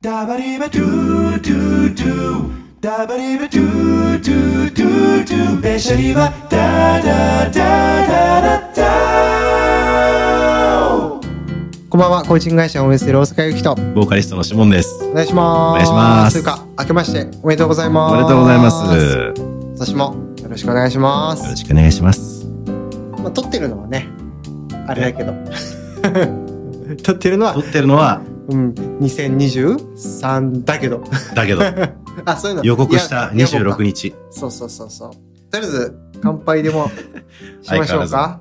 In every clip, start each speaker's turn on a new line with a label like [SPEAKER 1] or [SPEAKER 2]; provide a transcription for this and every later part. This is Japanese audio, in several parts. [SPEAKER 1] ダバリバドゥドゥドゥダバリバドゥドゥドゥドゥべしゃりはダダダダダダ
[SPEAKER 2] こんばんは、コーチング会社を運営する大阪ゆきと。
[SPEAKER 3] ボーカリストのシモンです。
[SPEAKER 2] お願いします。
[SPEAKER 3] お願いします
[SPEAKER 2] というか、明けましておめでとうございま
[SPEAKER 3] お
[SPEAKER 2] す。
[SPEAKER 3] めでとうございます。よ
[SPEAKER 2] 今年もよろしくお願いします
[SPEAKER 3] ろ。しくお願いします。
[SPEAKER 2] まあ、撮ってるのはね、あれだけど。 撮ってるのは
[SPEAKER 3] 撮、ってるのは、
[SPEAKER 2] うん、2023だけど。
[SPEAKER 3] だけど、
[SPEAKER 2] あ、そういうの
[SPEAKER 3] 予告した
[SPEAKER 2] いや予
[SPEAKER 3] 26
[SPEAKER 2] 告か
[SPEAKER 3] 日。
[SPEAKER 2] そうそうそうそう。とりあえず、乾杯で もしましょうか。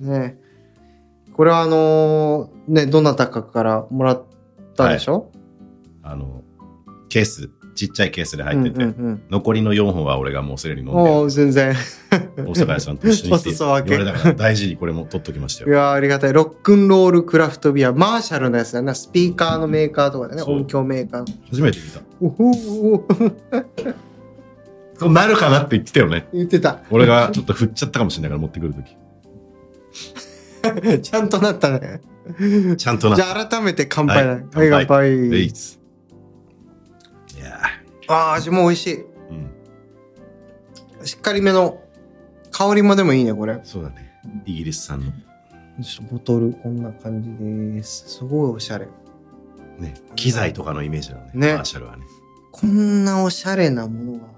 [SPEAKER 2] ねえこれはあのーね、どなたかからもらったでしょ、
[SPEAKER 3] あの、ケース、ちっちゃいケースで入ってて、
[SPEAKER 2] うんうんうん
[SPEAKER 3] 残りの4本は俺がもうすでに飲んで、
[SPEAKER 2] も
[SPEAKER 3] 大
[SPEAKER 2] う全然。
[SPEAKER 3] 阪屋さんと一緒に行って
[SPEAKER 2] お裾分け
[SPEAKER 3] 言われた から大事にこれも取っときました
[SPEAKER 2] い
[SPEAKER 3] よ。
[SPEAKER 2] やーありがたい。ロックンロールクラフトビア。マーシャルのやつだよね。スピーカーのメーカーとかだよね。
[SPEAKER 3] そう
[SPEAKER 2] 音響メーカーの。
[SPEAKER 3] 初めて見た。
[SPEAKER 2] おほおほ
[SPEAKER 3] そうなるかなって言ってたよね。
[SPEAKER 2] 言ってた。
[SPEAKER 3] 俺がちょっと振っちゃったかもしれないから持ってくるとき。
[SPEAKER 2] ちゃんとなったね。
[SPEAKER 3] ちゃんとな。
[SPEAKER 2] じ
[SPEAKER 3] レ
[SPEAKER 2] ゃあ改めて乾杯だ。は
[SPEAKER 3] はい
[SPEAKER 2] い、乾
[SPEAKER 3] 乾杯
[SPEAKER 2] 杯
[SPEAKER 3] イ。ズ。いや
[SPEAKER 2] あー味も美味し
[SPEAKER 3] ーうん、
[SPEAKER 2] い。しっかりめの。香りもでもいいね、これ。
[SPEAKER 3] そうだね。イギリス産の。
[SPEAKER 2] ちょっとボトル、こんな感じです。すごいおしゃれ。
[SPEAKER 3] ね、機材とかのイメージだよね。
[SPEAKER 2] ね
[SPEAKER 3] マーシャルはね。
[SPEAKER 2] こんなおしゃれなものが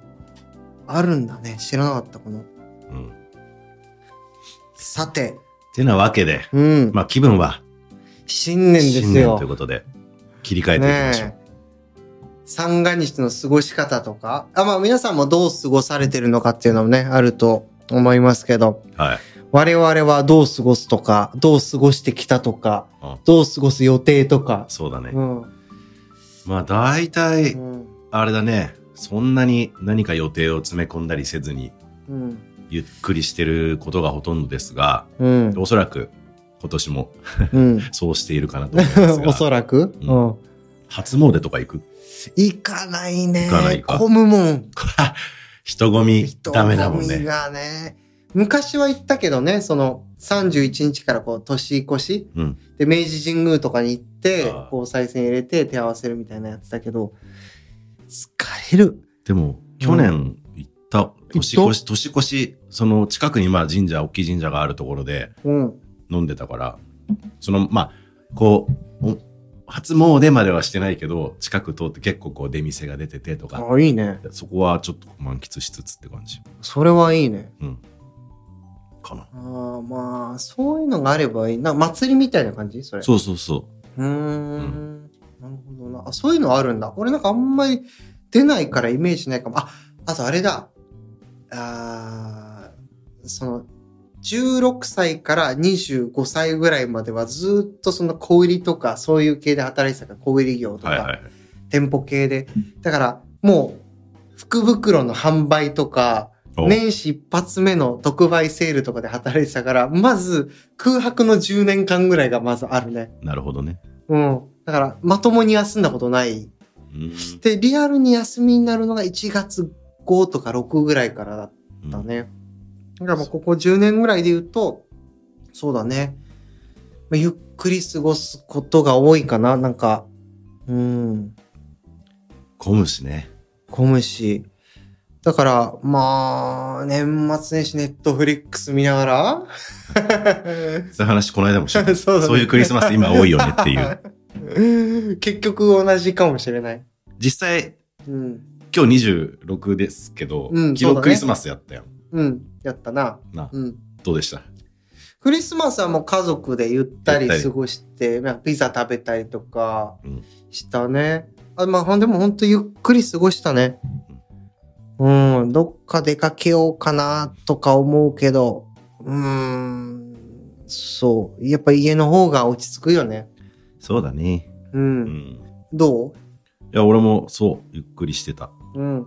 [SPEAKER 2] あるんだね。知らなかった、この。
[SPEAKER 3] うん。
[SPEAKER 2] さて、
[SPEAKER 3] てなわけで、
[SPEAKER 2] うん。
[SPEAKER 3] まあ気分は
[SPEAKER 2] 新年で
[SPEAKER 3] 新
[SPEAKER 2] す
[SPEAKER 3] 年
[SPEAKER 2] よ
[SPEAKER 3] という。ことで切り替えていきましょう。
[SPEAKER 2] ねえ三が日の過ごし方とかあまあ皆さんもどう過ごされてるのかっていうのもねあると思いますけど
[SPEAKER 3] はい。
[SPEAKER 2] 我々はどう過ごすとかどう過ごしてきたとか
[SPEAKER 3] うん
[SPEAKER 2] どう過ごす予定とか、
[SPEAKER 3] そうだね。
[SPEAKER 2] うん
[SPEAKER 3] まあ大体
[SPEAKER 2] う、ん
[SPEAKER 3] あれだね、そんなに何か予定を詰め込んだりせずに、
[SPEAKER 2] うん
[SPEAKER 3] ゆっくりしてることがほとんどですが、
[SPEAKER 2] うん
[SPEAKER 3] おそらく今年も
[SPEAKER 2] うん
[SPEAKER 3] そうしているかなと思います が。
[SPEAKER 2] おそらく、う
[SPEAKER 3] うんん初詣とか行く
[SPEAKER 2] 行かないね
[SPEAKER 3] 行かないか
[SPEAKER 2] 混むもん
[SPEAKER 3] 人混み
[SPEAKER 2] 人
[SPEAKER 3] ダメだもん
[SPEAKER 2] 混み
[SPEAKER 3] ね。
[SPEAKER 2] がね昔は行ったけどねその31日からこう年越し
[SPEAKER 3] うん。
[SPEAKER 2] で明治神宮とかに行って
[SPEAKER 3] ああ
[SPEAKER 2] こう再銭入れて手合わせるみたいなやつだけど疲れる
[SPEAKER 3] でも、去年行った年
[SPEAKER 2] 行っ
[SPEAKER 3] 越し、年越し、その近くにまあ神社、大きい神社があるところで、
[SPEAKER 2] うん
[SPEAKER 3] 飲んでたから、その、まあ、こう、お初詣まではしてないけど、近く通って結構こう出店が出ててとか、
[SPEAKER 2] あいいね
[SPEAKER 3] そこはちょっと満喫しつつって感じ。
[SPEAKER 2] それはいいね
[SPEAKER 3] うん。かな。
[SPEAKER 2] ああまあそういうのがあればいいな祭りみたいな感じそれう
[SPEAKER 3] そうそうそ
[SPEAKER 2] ーんなるほどなあそういうのあるんだ俺なんかあんまり出ないからイメージないかもああとあれだあーその16歳から25歳ぐらいまではずっとその小売りとかそういう系で働いてたから小売り業と
[SPEAKER 3] う。
[SPEAKER 2] か、
[SPEAKER 3] はいはいはい。
[SPEAKER 2] 店舗系で。だから、もう、福袋の販売とか、
[SPEAKER 3] お
[SPEAKER 2] 年始一発目の特売セールとかで働いてたから、まず空白の10年間ぐらいがまずあるね。
[SPEAKER 3] なるほどね。
[SPEAKER 2] うん。だから、まともに休んだことない。
[SPEAKER 3] うん。
[SPEAKER 2] で、リアルに休みになるのが1月5とか6ぐらいからだったね。だからもうここ10年ぐらいで言うと、そうだね。まあゆっくり過ごすことが多いかな。なんか、うん。
[SPEAKER 3] 混むしね。
[SPEAKER 2] 混むし。だから、まあ、年末年始ネットフリックス見なが
[SPEAKER 3] そういう話この間もし
[SPEAKER 2] ら
[SPEAKER 3] た。
[SPEAKER 2] そうだね
[SPEAKER 3] そういうクリスマス今多いよねっ ていう。
[SPEAKER 2] う。 結局同じかもしれない。
[SPEAKER 3] 実際、
[SPEAKER 2] うん。
[SPEAKER 3] 今日26ですけど、
[SPEAKER 2] うんそうだ
[SPEAKER 3] 昨日
[SPEAKER 2] ね
[SPEAKER 3] クリスマスやったよ。
[SPEAKER 2] うん。やったな。
[SPEAKER 3] な、
[SPEAKER 2] うん。
[SPEAKER 3] どうでした
[SPEAKER 2] クリスマスはもう家族でゆったり
[SPEAKER 3] ゆったり
[SPEAKER 2] 過ごして、まあ、ピザ食べたりとか
[SPEAKER 3] うん
[SPEAKER 2] したね。あまあ、ほんでも本当ゆっくり過ごしたね。うん、どっか出かけようかなとか思うけど、うーん、そう。やっぱ家の方が落ち着くよね。
[SPEAKER 3] そうだね。
[SPEAKER 2] う。
[SPEAKER 3] うんん。
[SPEAKER 2] ど
[SPEAKER 3] いや、俺もそう、ゆっくりしてた。
[SPEAKER 2] ううん。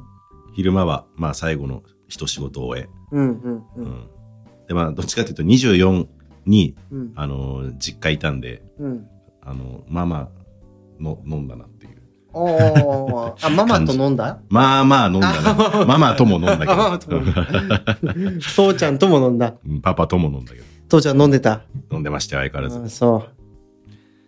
[SPEAKER 3] 昼間は、まあ、最後の一仕事を終え、
[SPEAKER 2] うん、うん、う。
[SPEAKER 3] うんんでまあ、どっちかというと24に、
[SPEAKER 2] うん、
[SPEAKER 3] あのー実家いたんで、
[SPEAKER 2] うん。
[SPEAKER 3] あのーまあまあの飲んだなっていう
[SPEAKER 2] おーあ、ママと飲ん だ
[SPEAKER 3] まあまあ飲んだ
[SPEAKER 2] あまあまあ
[SPEAKER 3] なママとも飲んだけ
[SPEAKER 2] あママと
[SPEAKER 3] ど
[SPEAKER 2] も飲ん父ちゃんとも飲んだ。
[SPEAKER 3] うんパパとも飲んだけど
[SPEAKER 2] 父ちゃん飲んでた
[SPEAKER 3] 飲んでましたよ相変わらず
[SPEAKER 2] あそ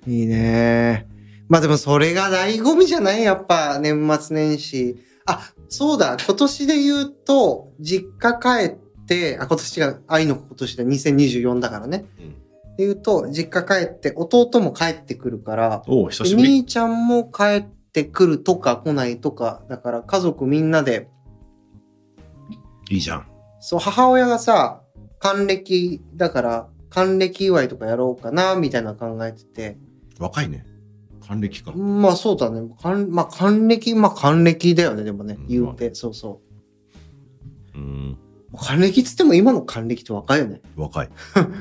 [SPEAKER 2] ういいねまあでもそれが醍醐味じゃないやっぱ年末年始。あ、そうだ、今年で言うと、実家帰って、あ、今年違う、愛の今年で2024だからね。
[SPEAKER 3] うん
[SPEAKER 2] で言うと、実家帰って、弟も帰ってくるから、
[SPEAKER 3] おお、久しぶり。
[SPEAKER 2] 兄ちゃんも帰ってくるとか来ないとか、だから家族みんなで、
[SPEAKER 3] いいじゃん。
[SPEAKER 2] そう、母親がさ、還暦だから、還暦祝いとかやろうかな、みたいな考えてて、
[SPEAKER 3] 若いね。還暦か。
[SPEAKER 2] まあそうだね。かんまあ還暦、まあ還暦だよね、でもね
[SPEAKER 3] うん。
[SPEAKER 2] 言うて、そうそ
[SPEAKER 3] うん、
[SPEAKER 2] う。還暦っつっても今の還暦って若いよね。
[SPEAKER 3] 若い。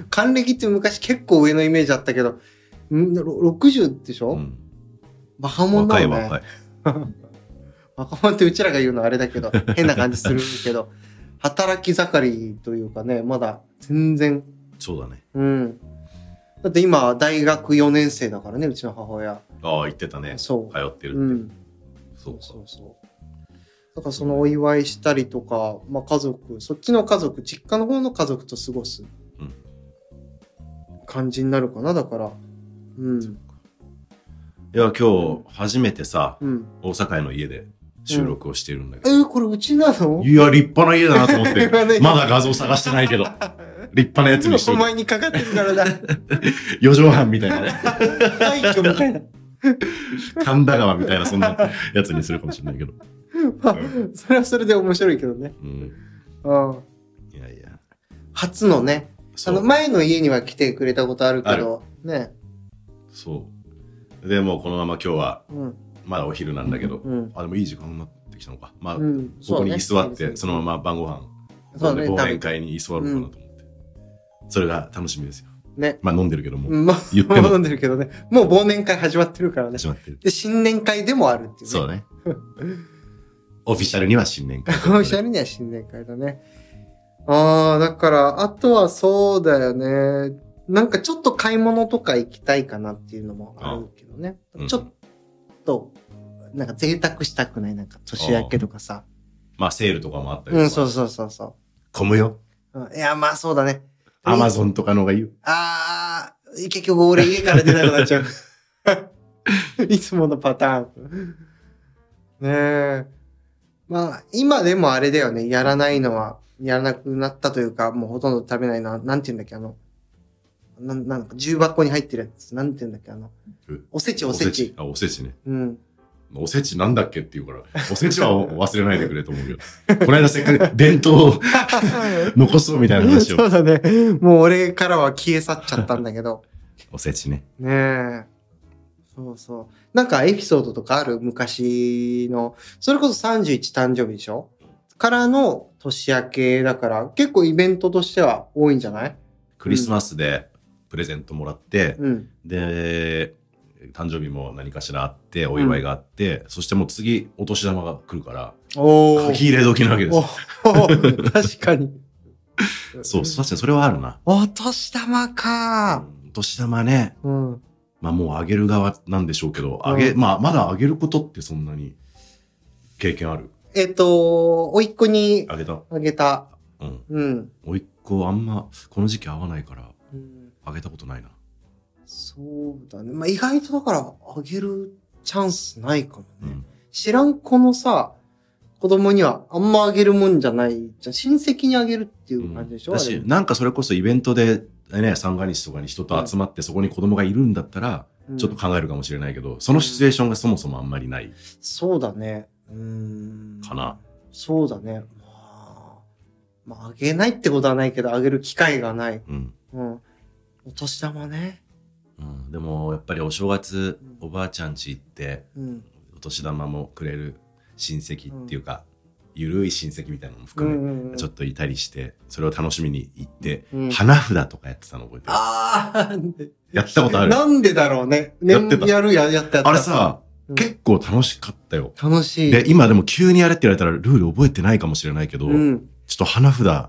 [SPEAKER 2] 還暦って昔結構上のイメージあったけど、んろ60でしょ、
[SPEAKER 3] うん、
[SPEAKER 2] バカ者
[SPEAKER 3] 若
[SPEAKER 2] だ
[SPEAKER 3] い
[SPEAKER 2] よね。
[SPEAKER 3] 若い。
[SPEAKER 2] 若者ってうちらが言うのはあれだ けど、変な感じするけど、働き盛りというかね、まだ全然、
[SPEAKER 3] そうだね。
[SPEAKER 2] うん。だって今、大学4年生だからね、うちの母親。
[SPEAKER 3] ああ、言ってたね。
[SPEAKER 2] そ
[SPEAKER 3] 通って
[SPEAKER 2] う。
[SPEAKER 3] る。
[SPEAKER 2] うん。
[SPEAKER 3] そうか。
[SPEAKER 2] そうそう。だからそのお祝いしたりとか、まあ、家族、そっちの家族、実家の方の家族と過ごす
[SPEAKER 3] うん
[SPEAKER 2] 感じになるかな、だから。うん。
[SPEAKER 3] いや、今日、初めてさ、
[SPEAKER 2] うん。
[SPEAKER 3] 大阪への家で収録をしてるんだけ
[SPEAKER 2] え
[SPEAKER 3] ど。
[SPEAKER 2] ーこれうちなの
[SPEAKER 3] いや、立派な家だな と思っ
[SPEAKER 2] 言わな
[SPEAKER 3] て。
[SPEAKER 2] い
[SPEAKER 3] まだ画像探してないけど。立派なやつにしと
[SPEAKER 2] お
[SPEAKER 3] いて。
[SPEAKER 2] 前にかかってるから だ。
[SPEAKER 3] 四畳半みたいなね。
[SPEAKER 2] 廃墟みたいな。
[SPEAKER 3] 神田川みたいな、そんなやつにするかもしれないけど。
[SPEAKER 2] まあそれはそれで面白いけどね。
[SPEAKER 3] うん。
[SPEAKER 2] うん。
[SPEAKER 3] いやいや。
[SPEAKER 2] 初のね、あ
[SPEAKER 3] そ
[SPEAKER 2] の
[SPEAKER 3] う。
[SPEAKER 2] 前の家には来てくれたことあるけど、ね。
[SPEAKER 3] そう。でも、このまま今日は、
[SPEAKER 2] うん。
[SPEAKER 3] まだお昼なんだけど
[SPEAKER 2] う。ん。
[SPEAKER 3] あ、でもいい時間になってきたのか。まあ、
[SPEAKER 2] う
[SPEAKER 3] こ
[SPEAKER 2] ん
[SPEAKER 3] こに居座っ
[SPEAKER 2] そうね
[SPEAKER 3] て、そのまま晩ご飯
[SPEAKER 2] そうね、
[SPEAKER 3] 忘
[SPEAKER 2] 食べ
[SPEAKER 3] 年
[SPEAKER 2] て
[SPEAKER 3] 会に居座ろうかなと思って。それが楽しみですよ。
[SPEAKER 2] ね。
[SPEAKER 3] まあ、飲んでるけども。
[SPEAKER 2] まあ、
[SPEAKER 3] 言っても
[SPEAKER 2] 飲んでるけどね。もう忘年会始まってるからね。
[SPEAKER 3] 始まってる。
[SPEAKER 2] で、新年会でもあるっていう、ね。
[SPEAKER 3] そうね。オフィシャルには 新年会。
[SPEAKER 2] オフィシャルには新年会だね。ああ、だから、あとはそうだよね。なんかちょっと買い物とか行きたいかなっていうのもあるけどね。
[SPEAKER 3] うん
[SPEAKER 2] ちょっと、なんか贅沢したくない、なんか年明けとかさ。
[SPEAKER 3] まあ、セールとかもあったり
[SPEAKER 2] う
[SPEAKER 3] とか。
[SPEAKER 2] ん、そうそうそうそ
[SPEAKER 3] 混むよ。
[SPEAKER 2] ううん。いや、まあそうだね。
[SPEAKER 3] アマゾンとかの方がいいよ。
[SPEAKER 2] ああ、結局俺家から出なくなっちゃう。 いつものパターン。ねえ。まあ、今でもあれだよね。やらないのは、やらなくなったというか、もうほとんど食べないな。なんて言うんだっけ、あの、なん、なんか重箱に入ってるやつ。なんて言うんだっけ、あの
[SPEAKER 3] え、
[SPEAKER 2] おせちおせち。
[SPEAKER 3] あ、おせちね。
[SPEAKER 2] うん。
[SPEAKER 3] おせちなんだっけって言うから、おせちは 忘れないでくれと思うけど。この間せっかく伝統を残そうみたいな 話
[SPEAKER 2] そ
[SPEAKER 3] を。
[SPEAKER 2] うだね。もう俺からは消え去っちゃったんだけど。
[SPEAKER 3] おせちね。
[SPEAKER 2] ねえ。そうそう。なんかエピソードとかある昔の、それこそ31誕生日でしょからの年明けだから、結構イベントとしては多いんじゃない
[SPEAKER 3] クリスマスでプレゼントもらって、
[SPEAKER 2] うん。
[SPEAKER 3] で、誕生日も何かしらあって、お祝いがあって、そしてもう次、お年玉が来るから、
[SPEAKER 2] お
[SPEAKER 3] 書き入れ時なわけです
[SPEAKER 2] お。ー確かに。
[SPEAKER 3] そう、確かにそれはあるな。
[SPEAKER 2] お年玉か。
[SPEAKER 3] お年玉ね、
[SPEAKER 2] うん。
[SPEAKER 3] まあもうあげる側なんでしょうけど、
[SPEAKER 2] うん
[SPEAKER 3] あげ、まあまだあげることってそんなに経験ある。
[SPEAKER 2] えっ、と、おいっ子に
[SPEAKER 3] あげた。
[SPEAKER 2] あげた。
[SPEAKER 3] うん。
[SPEAKER 2] うん。
[SPEAKER 3] おいっ子あんま、この時期合わないから、
[SPEAKER 2] うん
[SPEAKER 3] あげたことないな。
[SPEAKER 2] そうだね。まあ、意外とだから、あげるチャンスないかもね。
[SPEAKER 3] うん。
[SPEAKER 2] 知らん子のさ、子供にはあんまあげるもんじゃないじゃん。親戚にあげるっていう感じでしょ、
[SPEAKER 3] だ
[SPEAKER 2] あれ
[SPEAKER 3] し、なんかそれこそイベントで、ね、三が日とかに人と集まって、そこに子供がいるんだったら、
[SPEAKER 2] うん
[SPEAKER 3] ちょっと考えるかもしれないけど、そのシチュエーションがそもそもあんまりない。
[SPEAKER 2] そうだね。うーん。
[SPEAKER 3] かな。
[SPEAKER 2] そうだね。まあ、まあ、あげないってことはないけど、あげる機会がない。
[SPEAKER 3] うん。
[SPEAKER 2] うん。お年玉ね。
[SPEAKER 3] うん、でも、やっぱりお正月、おばあちゃんち行って、
[SPEAKER 2] うん。
[SPEAKER 3] お年玉もくれる親戚っていうか、ゆるい親戚みたいなのも含め、ちょっ
[SPEAKER 2] と。
[SPEAKER 3] といたりして、それを楽しみに行って、
[SPEAKER 2] うん
[SPEAKER 3] 花札とかやってたの覚えてる。
[SPEAKER 2] ああ、なんで
[SPEAKER 3] やったことある。
[SPEAKER 2] なんでだろうね。
[SPEAKER 3] やってた
[SPEAKER 2] 年やるや、やったやった。
[SPEAKER 3] あれさ、
[SPEAKER 2] うん、
[SPEAKER 3] 結構楽しかったよ。
[SPEAKER 2] 楽しい。
[SPEAKER 3] で、今でも急にやれって言われたらルール覚えてないかもしれないけど、
[SPEAKER 2] うん。
[SPEAKER 3] ちょっと花札、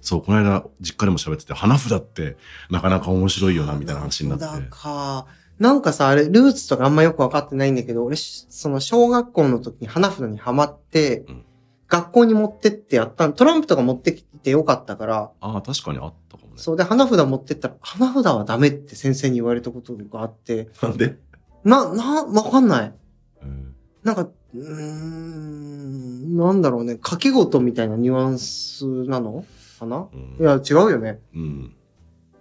[SPEAKER 3] そう、この間実家でも喋ってて、花札ってなかなか面白いよな、みたいな話になって。
[SPEAKER 2] そうだか。なんかさ、あれ、ルーツとかあんまよくわかってないんだけど、俺、しその小学校の時に花札にハマって、
[SPEAKER 3] うん
[SPEAKER 2] 学校に持ってってやったのトランプとか持ってきてよかったから、
[SPEAKER 3] ああ、確かにあったかもね。
[SPEAKER 2] そうで、花札持ってったら、花札はダメって先生に言われたことがあって、
[SPEAKER 3] なんで
[SPEAKER 2] な、な、わかんない。
[SPEAKER 3] うん
[SPEAKER 2] なんか、うーん、なんだろうね。掛け事みたいなニュアンスなのかな
[SPEAKER 3] うん
[SPEAKER 2] いや、違うよね。
[SPEAKER 3] うん。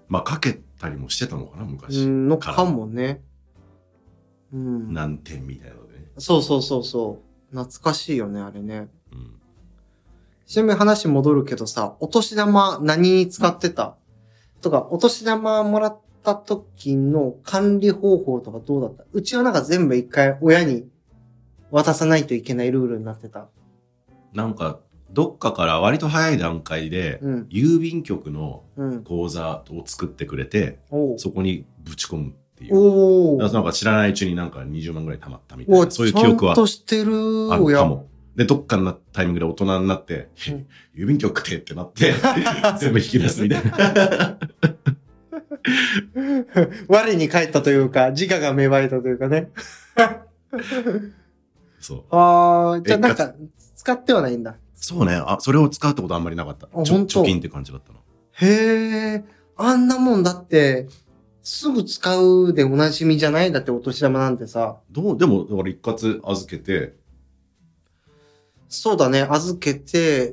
[SPEAKER 3] まあ、かけたりもしてたのかな、
[SPEAKER 2] う
[SPEAKER 3] 昔。
[SPEAKER 2] ん、のかもね。うん。
[SPEAKER 3] 難点みたいなのでね。
[SPEAKER 2] そうそうそうそう。懐かしいよね、あれね。
[SPEAKER 3] うん。
[SPEAKER 2] ちなみに話戻るけどさ、お年玉何に使ってたとか、お年玉もらった時の管理方法とかどうだったうちはなんか全部一回親に渡さないといけないルールになってた。
[SPEAKER 3] なんか、どっかから割と早い段階で、
[SPEAKER 2] うん。
[SPEAKER 3] 郵便局の
[SPEAKER 2] うん。
[SPEAKER 3] 口座を作ってくれて、
[SPEAKER 2] おう
[SPEAKER 3] そこにぶち込むっていう。
[SPEAKER 2] お
[SPEAKER 3] だから
[SPEAKER 2] ー
[SPEAKER 3] なんか知らないうちになんか20万ぐらい貯まったみたい
[SPEAKER 2] お
[SPEAKER 3] な、そういう記憶は
[SPEAKER 2] ちゃんとしてる
[SPEAKER 3] あるか
[SPEAKER 2] 親。
[SPEAKER 3] も。で、どっかのタイミングで大人になって、
[SPEAKER 2] うん
[SPEAKER 3] 郵便局ってってなって、 全部引き出すみたいな。
[SPEAKER 2] 我に返ったというか、自我が芽生えたというかね。
[SPEAKER 3] そう。
[SPEAKER 2] ああ、じゃあ
[SPEAKER 3] え
[SPEAKER 2] なんか、使ってはないんだ。
[SPEAKER 3] そうね。あ、それを使うってことはあんまりなかった。ちょ
[SPEAKER 2] あ本当
[SPEAKER 3] 貯金って感じだったの。
[SPEAKER 2] へえ、あんなもんだって、すぐ使うでおなじみじゃないだってお年玉なんてさ。
[SPEAKER 3] どう、でも、だから一括預けて、
[SPEAKER 2] そうだね、預けて、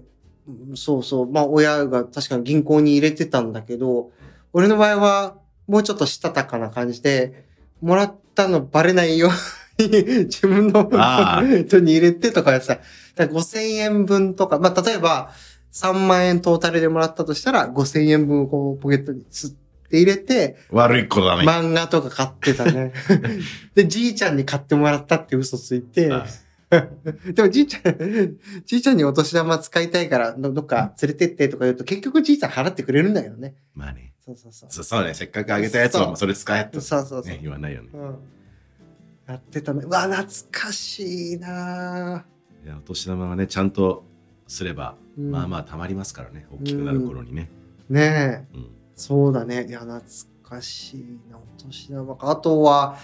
[SPEAKER 2] うんそうそう、まあ親が確かに銀行に入れてたんだけど、俺の場合はもうちょっとしたたかな感じで、もらったのバレないように 自分の
[SPEAKER 3] あ
[SPEAKER 2] 手に入れてとかやってた。だから5000円分とか、まあ例えば3万円トータルでもらったとしたら5000円分をこうポケットに吸って入れて、
[SPEAKER 3] 悪いことだね。
[SPEAKER 2] 漫画とか買ってた ね。で、じいちゃんに買ってもらったって嘘ついて、
[SPEAKER 3] あ
[SPEAKER 2] でもじいちゃん、じいちゃんにお年玉使いたいからどどっか連れてってとか言うと結局じいちゃん払ってくれるんだけどね。
[SPEAKER 3] まあね。
[SPEAKER 2] そうそうそう。そ
[SPEAKER 3] そそうね。せっかくあげたやつは
[SPEAKER 2] そう
[SPEAKER 3] まあそれ使えって
[SPEAKER 2] うそうそう。
[SPEAKER 3] ね、言わないよね。
[SPEAKER 2] うん。やってたね。うわ、懐かしいな、
[SPEAKER 3] いやお年玉はね、ちゃんとすれば、
[SPEAKER 2] うん、
[SPEAKER 3] まあまあたまりますからね。大きくなる頃にね。
[SPEAKER 2] ねえ。
[SPEAKER 3] うん。
[SPEAKER 2] そうだね。いや、懐かしいな。お年玉か。あとは、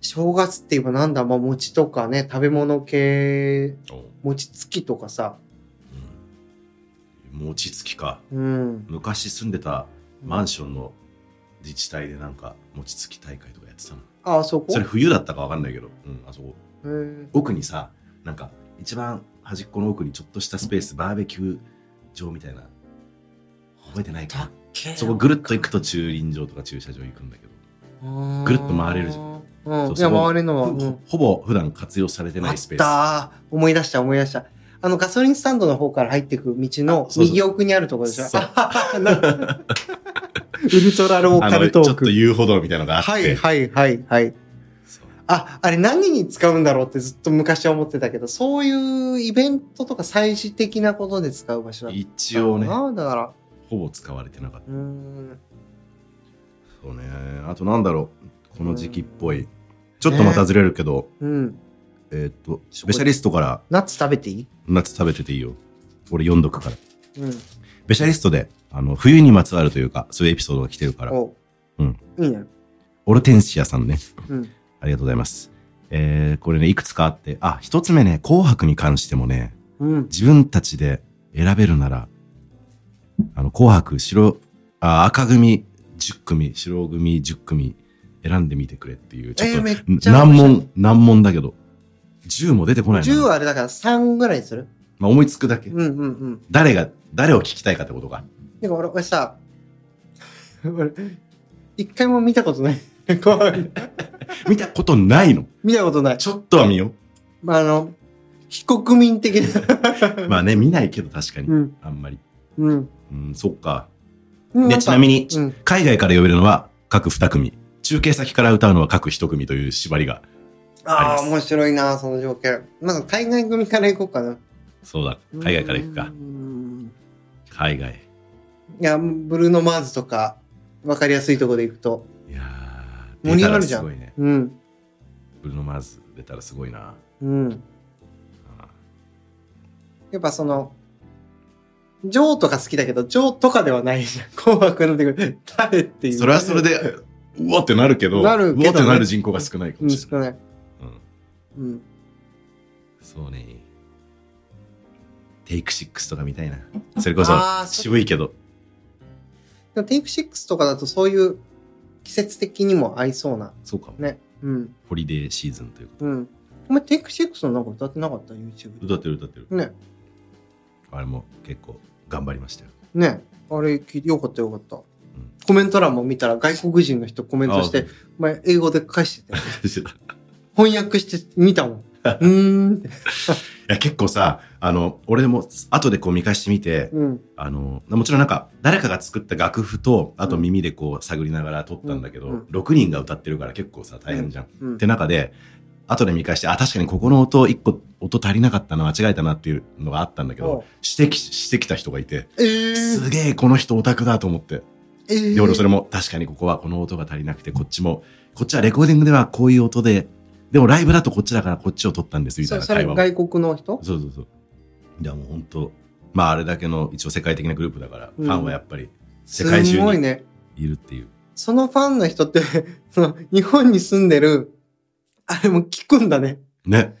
[SPEAKER 2] 正月って言えばなんだ、まあ餅とかね、食べ物系、
[SPEAKER 3] おう
[SPEAKER 2] 餅つきとかさ。
[SPEAKER 3] うん餅つきか。
[SPEAKER 2] うん。
[SPEAKER 3] 昔住んでたマンションの自治体でなんか餅つき大会とかやってたの。
[SPEAKER 2] あ、そこ
[SPEAKER 3] それ冬だったかわかんないけど、うん、あそこ。
[SPEAKER 2] へー
[SPEAKER 3] 奥にさなんか一番端っこの奥にちょっとしたスペースバーベキュー場みたいな覚えてない
[SPEAKER 2] だ
[SPEAKER 3] か
[SPEAKER 2] っけ
[SPEAKER 3] そこぐるっと行くと駐輪場とか駐車場行くんだけど、ぐるっと回れるじゃ
[SPEAKER 2] ん。
[SPEAKER 3] そ
[SPEAKER 2] うん。
[SPEAKER 3] う
[SPEAKER 2] いや、
[SPEAKER 3] そこ
[SPEAKER 2] 回れるのは。うん
[SPEAKER 3] ほほぼ普段活用されて
[SPEAKER 2] あ
[SPEAKER 3] ない
[SPEAKER 2] っ
[SPEAKER 3] スペース
[SPEAKER 2] たー思い出した、思い出した。あの、ガソリンスタンドの方から入っていく道の
[SPEAKER 3] あそうそう
[SPEAKER 2] 右奥にあるところでしょ。
[SPEAKER 3] そう
[SPEAKER 2] あな ウルトラロー
[SPEAKER 3] あ
[SPEAKER 2] カ
[SPEAKER 3] の
[SPEAKER 2] ル
[SPEAKER 3] ちょ
[SPEAKER 2] ト
[SPEAKER 3] っ
[SPEAKER 2] ー
[SPEAKER 3] と
[SPEAKER 2] ク。
[SPEAKER 3] 遊歩道みたいなのがあって、
[SPEAKER 2] はい、はい、はい、はい。
[SPEAKER 3] そう
[SPEAKER 2] あ、あれ何に使うんだろうってずっと昔は思ってたけど、そういうイベントとか祭事的なことで使う場所だった
[SPEAKER 3] 一応ね
[SPEAKER 2] あだから、
[SPEAKER 3] ほぼ使われてなかった
[SPEAKER 2] うーん。
[SPEAKER 3] そうねあとなんだろうこの時期っぽいちょっとまたずれるけど、
[SPEAKER 2] うん。
[SPEAKER 3] えーっとスペシャリストから
[SPEAKER 2] ナッツ食べていい
[SPEAKER 3] 夏食べてていいよ俺読んどくから
[SPEAKER 2] うん。
[SPEAKER 3] スペシャリストであの冬にまつわるというかそういうエピソードが来てるから
[SPEAKER 2] お
[SPEAKER 3] うん。
[SPEAKER 2] いいね。
[SPEAKER 3] オルテンシアさんね
[SPEAKER 2] うん。
[SPEAKER 3] ありがとうございます。えーこれね、いくつかあって、あ、一つ目ね、紅白に関してもね、
[SPEAKER 2] うん。
[SPEAKER 3] 自分たちで選べるなら、あの、紅白、白、あ赤組10組、白組10組、選んでみてくれっていう、ち
[SPEAKER 2] え
[SPEAKER 3] ょ
[SPEAKER 2] ー
[SPEAKER 3] っ
[SPEAKER 2] めっ
[SPEAKER 3] と、
[SPEAKER 2] ちゃ
[SPEAKER 3] 難問、難問だけど、10も出てこないな。
[SPEAKER 2] 10はあれだから3ぐらいにする
[SPEAKER 3] まあ、思いつくだけ。
[SPEAKER 2] うんうんうん。
[SPEAKER 3] 誰が、誰を聞きたいかってことか。
[SPEAKER 2] なんか俺、俺さ、 俺、一回も見たことない。 怖い
[SPEAKER 3] 見たことないの。
[SPEAKER 2] 見たことない。
[SPEAKER 3] ちょっとは見よ
[SPEAKER 2] まあ、あの、非国民的 な。
[SPEAKER 3] う。まあね、見ないけど確かに
[SPEAKER 2] う。ん、
[SPEAKER 3] あんまり。
[SPEAKER 2] うん。
[SPEAKER 3] うん、そっか。
[SPEAKER 2] うん
[SPEAKER 3] で、ちなみに、
[SPEAKER 2] うん。
[SPEAKER 3] 海外から呼べるのは各2組中継先から歌うのは各1組という縛りが
[SPEAKER 2] ああ、
[SPEAKER 3] あります
[SPEAKER 2] 面白いな、その条件。なんか海外組から行こうかな。
[SPEAKER 3] そうだ海外から行くか
[SPEAKER 2] うん
[SPEAKER 3] 海外
[SPEAKER 2] いや、ブルーノ・マーズとか、わかりやすいとこで行くと。
[SPEAKER 3] いやー
[SPEAKER 2] 盛り上がるじゃん
[SPEAKER 3] 出たらすごいね
[SPEAKER 2] うん。
[SPEAKER 3] ブルーノ・マーズ出たらすごいな
[SPEAKER 2] うん。
[SPEAKER 3] あ
[SPEAKER 2] やっぱその、ジョーとか好きだけど、ジョーとかではないじゃん。紅白になってくる。誰ってい
[SPEAKER 3] ー
[SPEAKER 2] う。
[SPEAKER 3] それはそれ。でうわってなるけど
[SPEAKER 2] なるけどね
[SPEAKER 3] うわってなる人口が少ないか
[SPEAKER 2] う
[SPEAKER 3] も
[SPEAKER 2] ん、
[SPEAKER 3] しれ
[SPEAKER 2] 少
[SPEAKER 3] ない、
[SPEAKER 2] ない。
[SPEAKER 3] うん、
[SPEAKER 2] うん。
[SPEAKER 3] そうねテイク6とか見たいなそれこそ
[SPEAKER 2] あーそ
[SPEAKER 3] 渋いけど
[SPEAKER 2] でもテイク6とかだとそういう季節的にも合いそうな。
[SPEAKER 3] そうかも
[SPEAKER 2] ねうん。
[SPEAKER 3] ホリデーシーズンというこ
[SPEAKER 2] うん。お前、テイクシックスのなんか歌ってなかった ?YouTube
[SPEAKER 3] と。
[SPEAKER 2] で。
[SPEAKER 3] 歌ってる歌ってる。
[SPEAKER 2] ね。
[SPEAKER 3] あれも結構頑張りまし たよ。
[SPEAKER 2] ね。あれ聞いてよかったよかった。
[SPEAKER 3] ん
[SPEAKER 2] コメント欄も見たら外国人の人コメントして、お前英語で返してて。
[SPEAKER 3] あ。してたい
[SPEAKER 2] 翻訳して見たも ん。うーんって。
[SPEAKER 3] や結構さ、あの、俺も後でこう見返してみて、
[SPEAKER 2] うん。
[SPEAKER 3] あの、もちろんなんか誰かが作った楽譜と、あと耳でこう探りながら撮ったんだけ
[SPEAKER 2] うんう
[SPEAKER 3] ど
[SPEAKER 2] ん、
[SPEAKER 3] 6人が歌ってるから結構さ、大変じゃん。
[SPEAKER 2] うん
[SPEAKER 3] って中で、後で見返して、あ、確かにここの音、一個音足りなかったな、間違えたなっていうのがあったんだけ
[SPEAKER 2] おう
[SPEAKER 3] ど、指摘してきた人がいて、
[SPEAKER 2] えー、
[SPEAKER 3] すげえ、この人オタクだと思って。
[SPEAKER 2] えー、
[SPEAKER 3] で、俺それも、確かにここはこの音が足りなくて、こっちも、こっちはレコーディングではこういう音で、でもライブだとこっちだからこっちを撮ったんです、みた
[SPEAKER 2] そ
[SPEAKER 3] いな
[SPEAKER 2] それ
[SPEAKER 3] 会話も。
[SPEAKER 2] 外国の人
[SPEAKER 3] そうそうそう。いや、もう本当まああれだけの一応世界的なグループだから、
[SPEAKER 2] うん
[SPEAKER 3] ファンはやっぱり世界中
[SPEAKER 2] すごい
[SPEAKER 3] に
[SPEAKER 2] ね。
[SPEAKER 3] いるっていう。
[SPEAKER 2] そのファンの人って、 その日本に住んでる、あれも聞くんだね。
[SPEAKER 3] ね。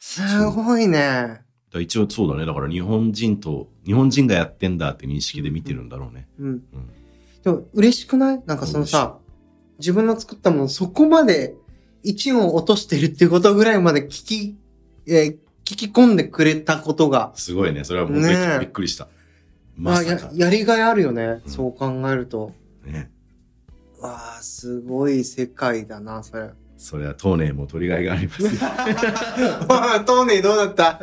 [SPEAKER 2] すごいね。
[SPEAKER 3] だから一応そうだね。だから日本人と、日本人がやってんだって認識で見てるんだろうね。
[SPEAKER 2] うん。
[SPEAKER 3] うん
[SPEAKER 2] でも嬉しくないなんかそのさ、自分の作ったものそこまで一音落としてるっていうことぐらいまで聞き、えー聞き込んでくれたことが、
[SPEAKER 3] すごいね。それはもうびっ,、
[SPEAKER 2] ねえ
[SPEAKER 3] びっくりした。まさか
[SPEAKER 2] あ。ややりがいあるよね。
[SPEAKER 3] うん
[SPEAKER 2] そう考えると。
[SPEAKER 3] ね。
[SPEAKER 2] わあ、すごい世界だな、それ。
[SPEAKER 3] それは当年も取りがいがありま す。
[SPEAKER 2] おいトーニーどうだった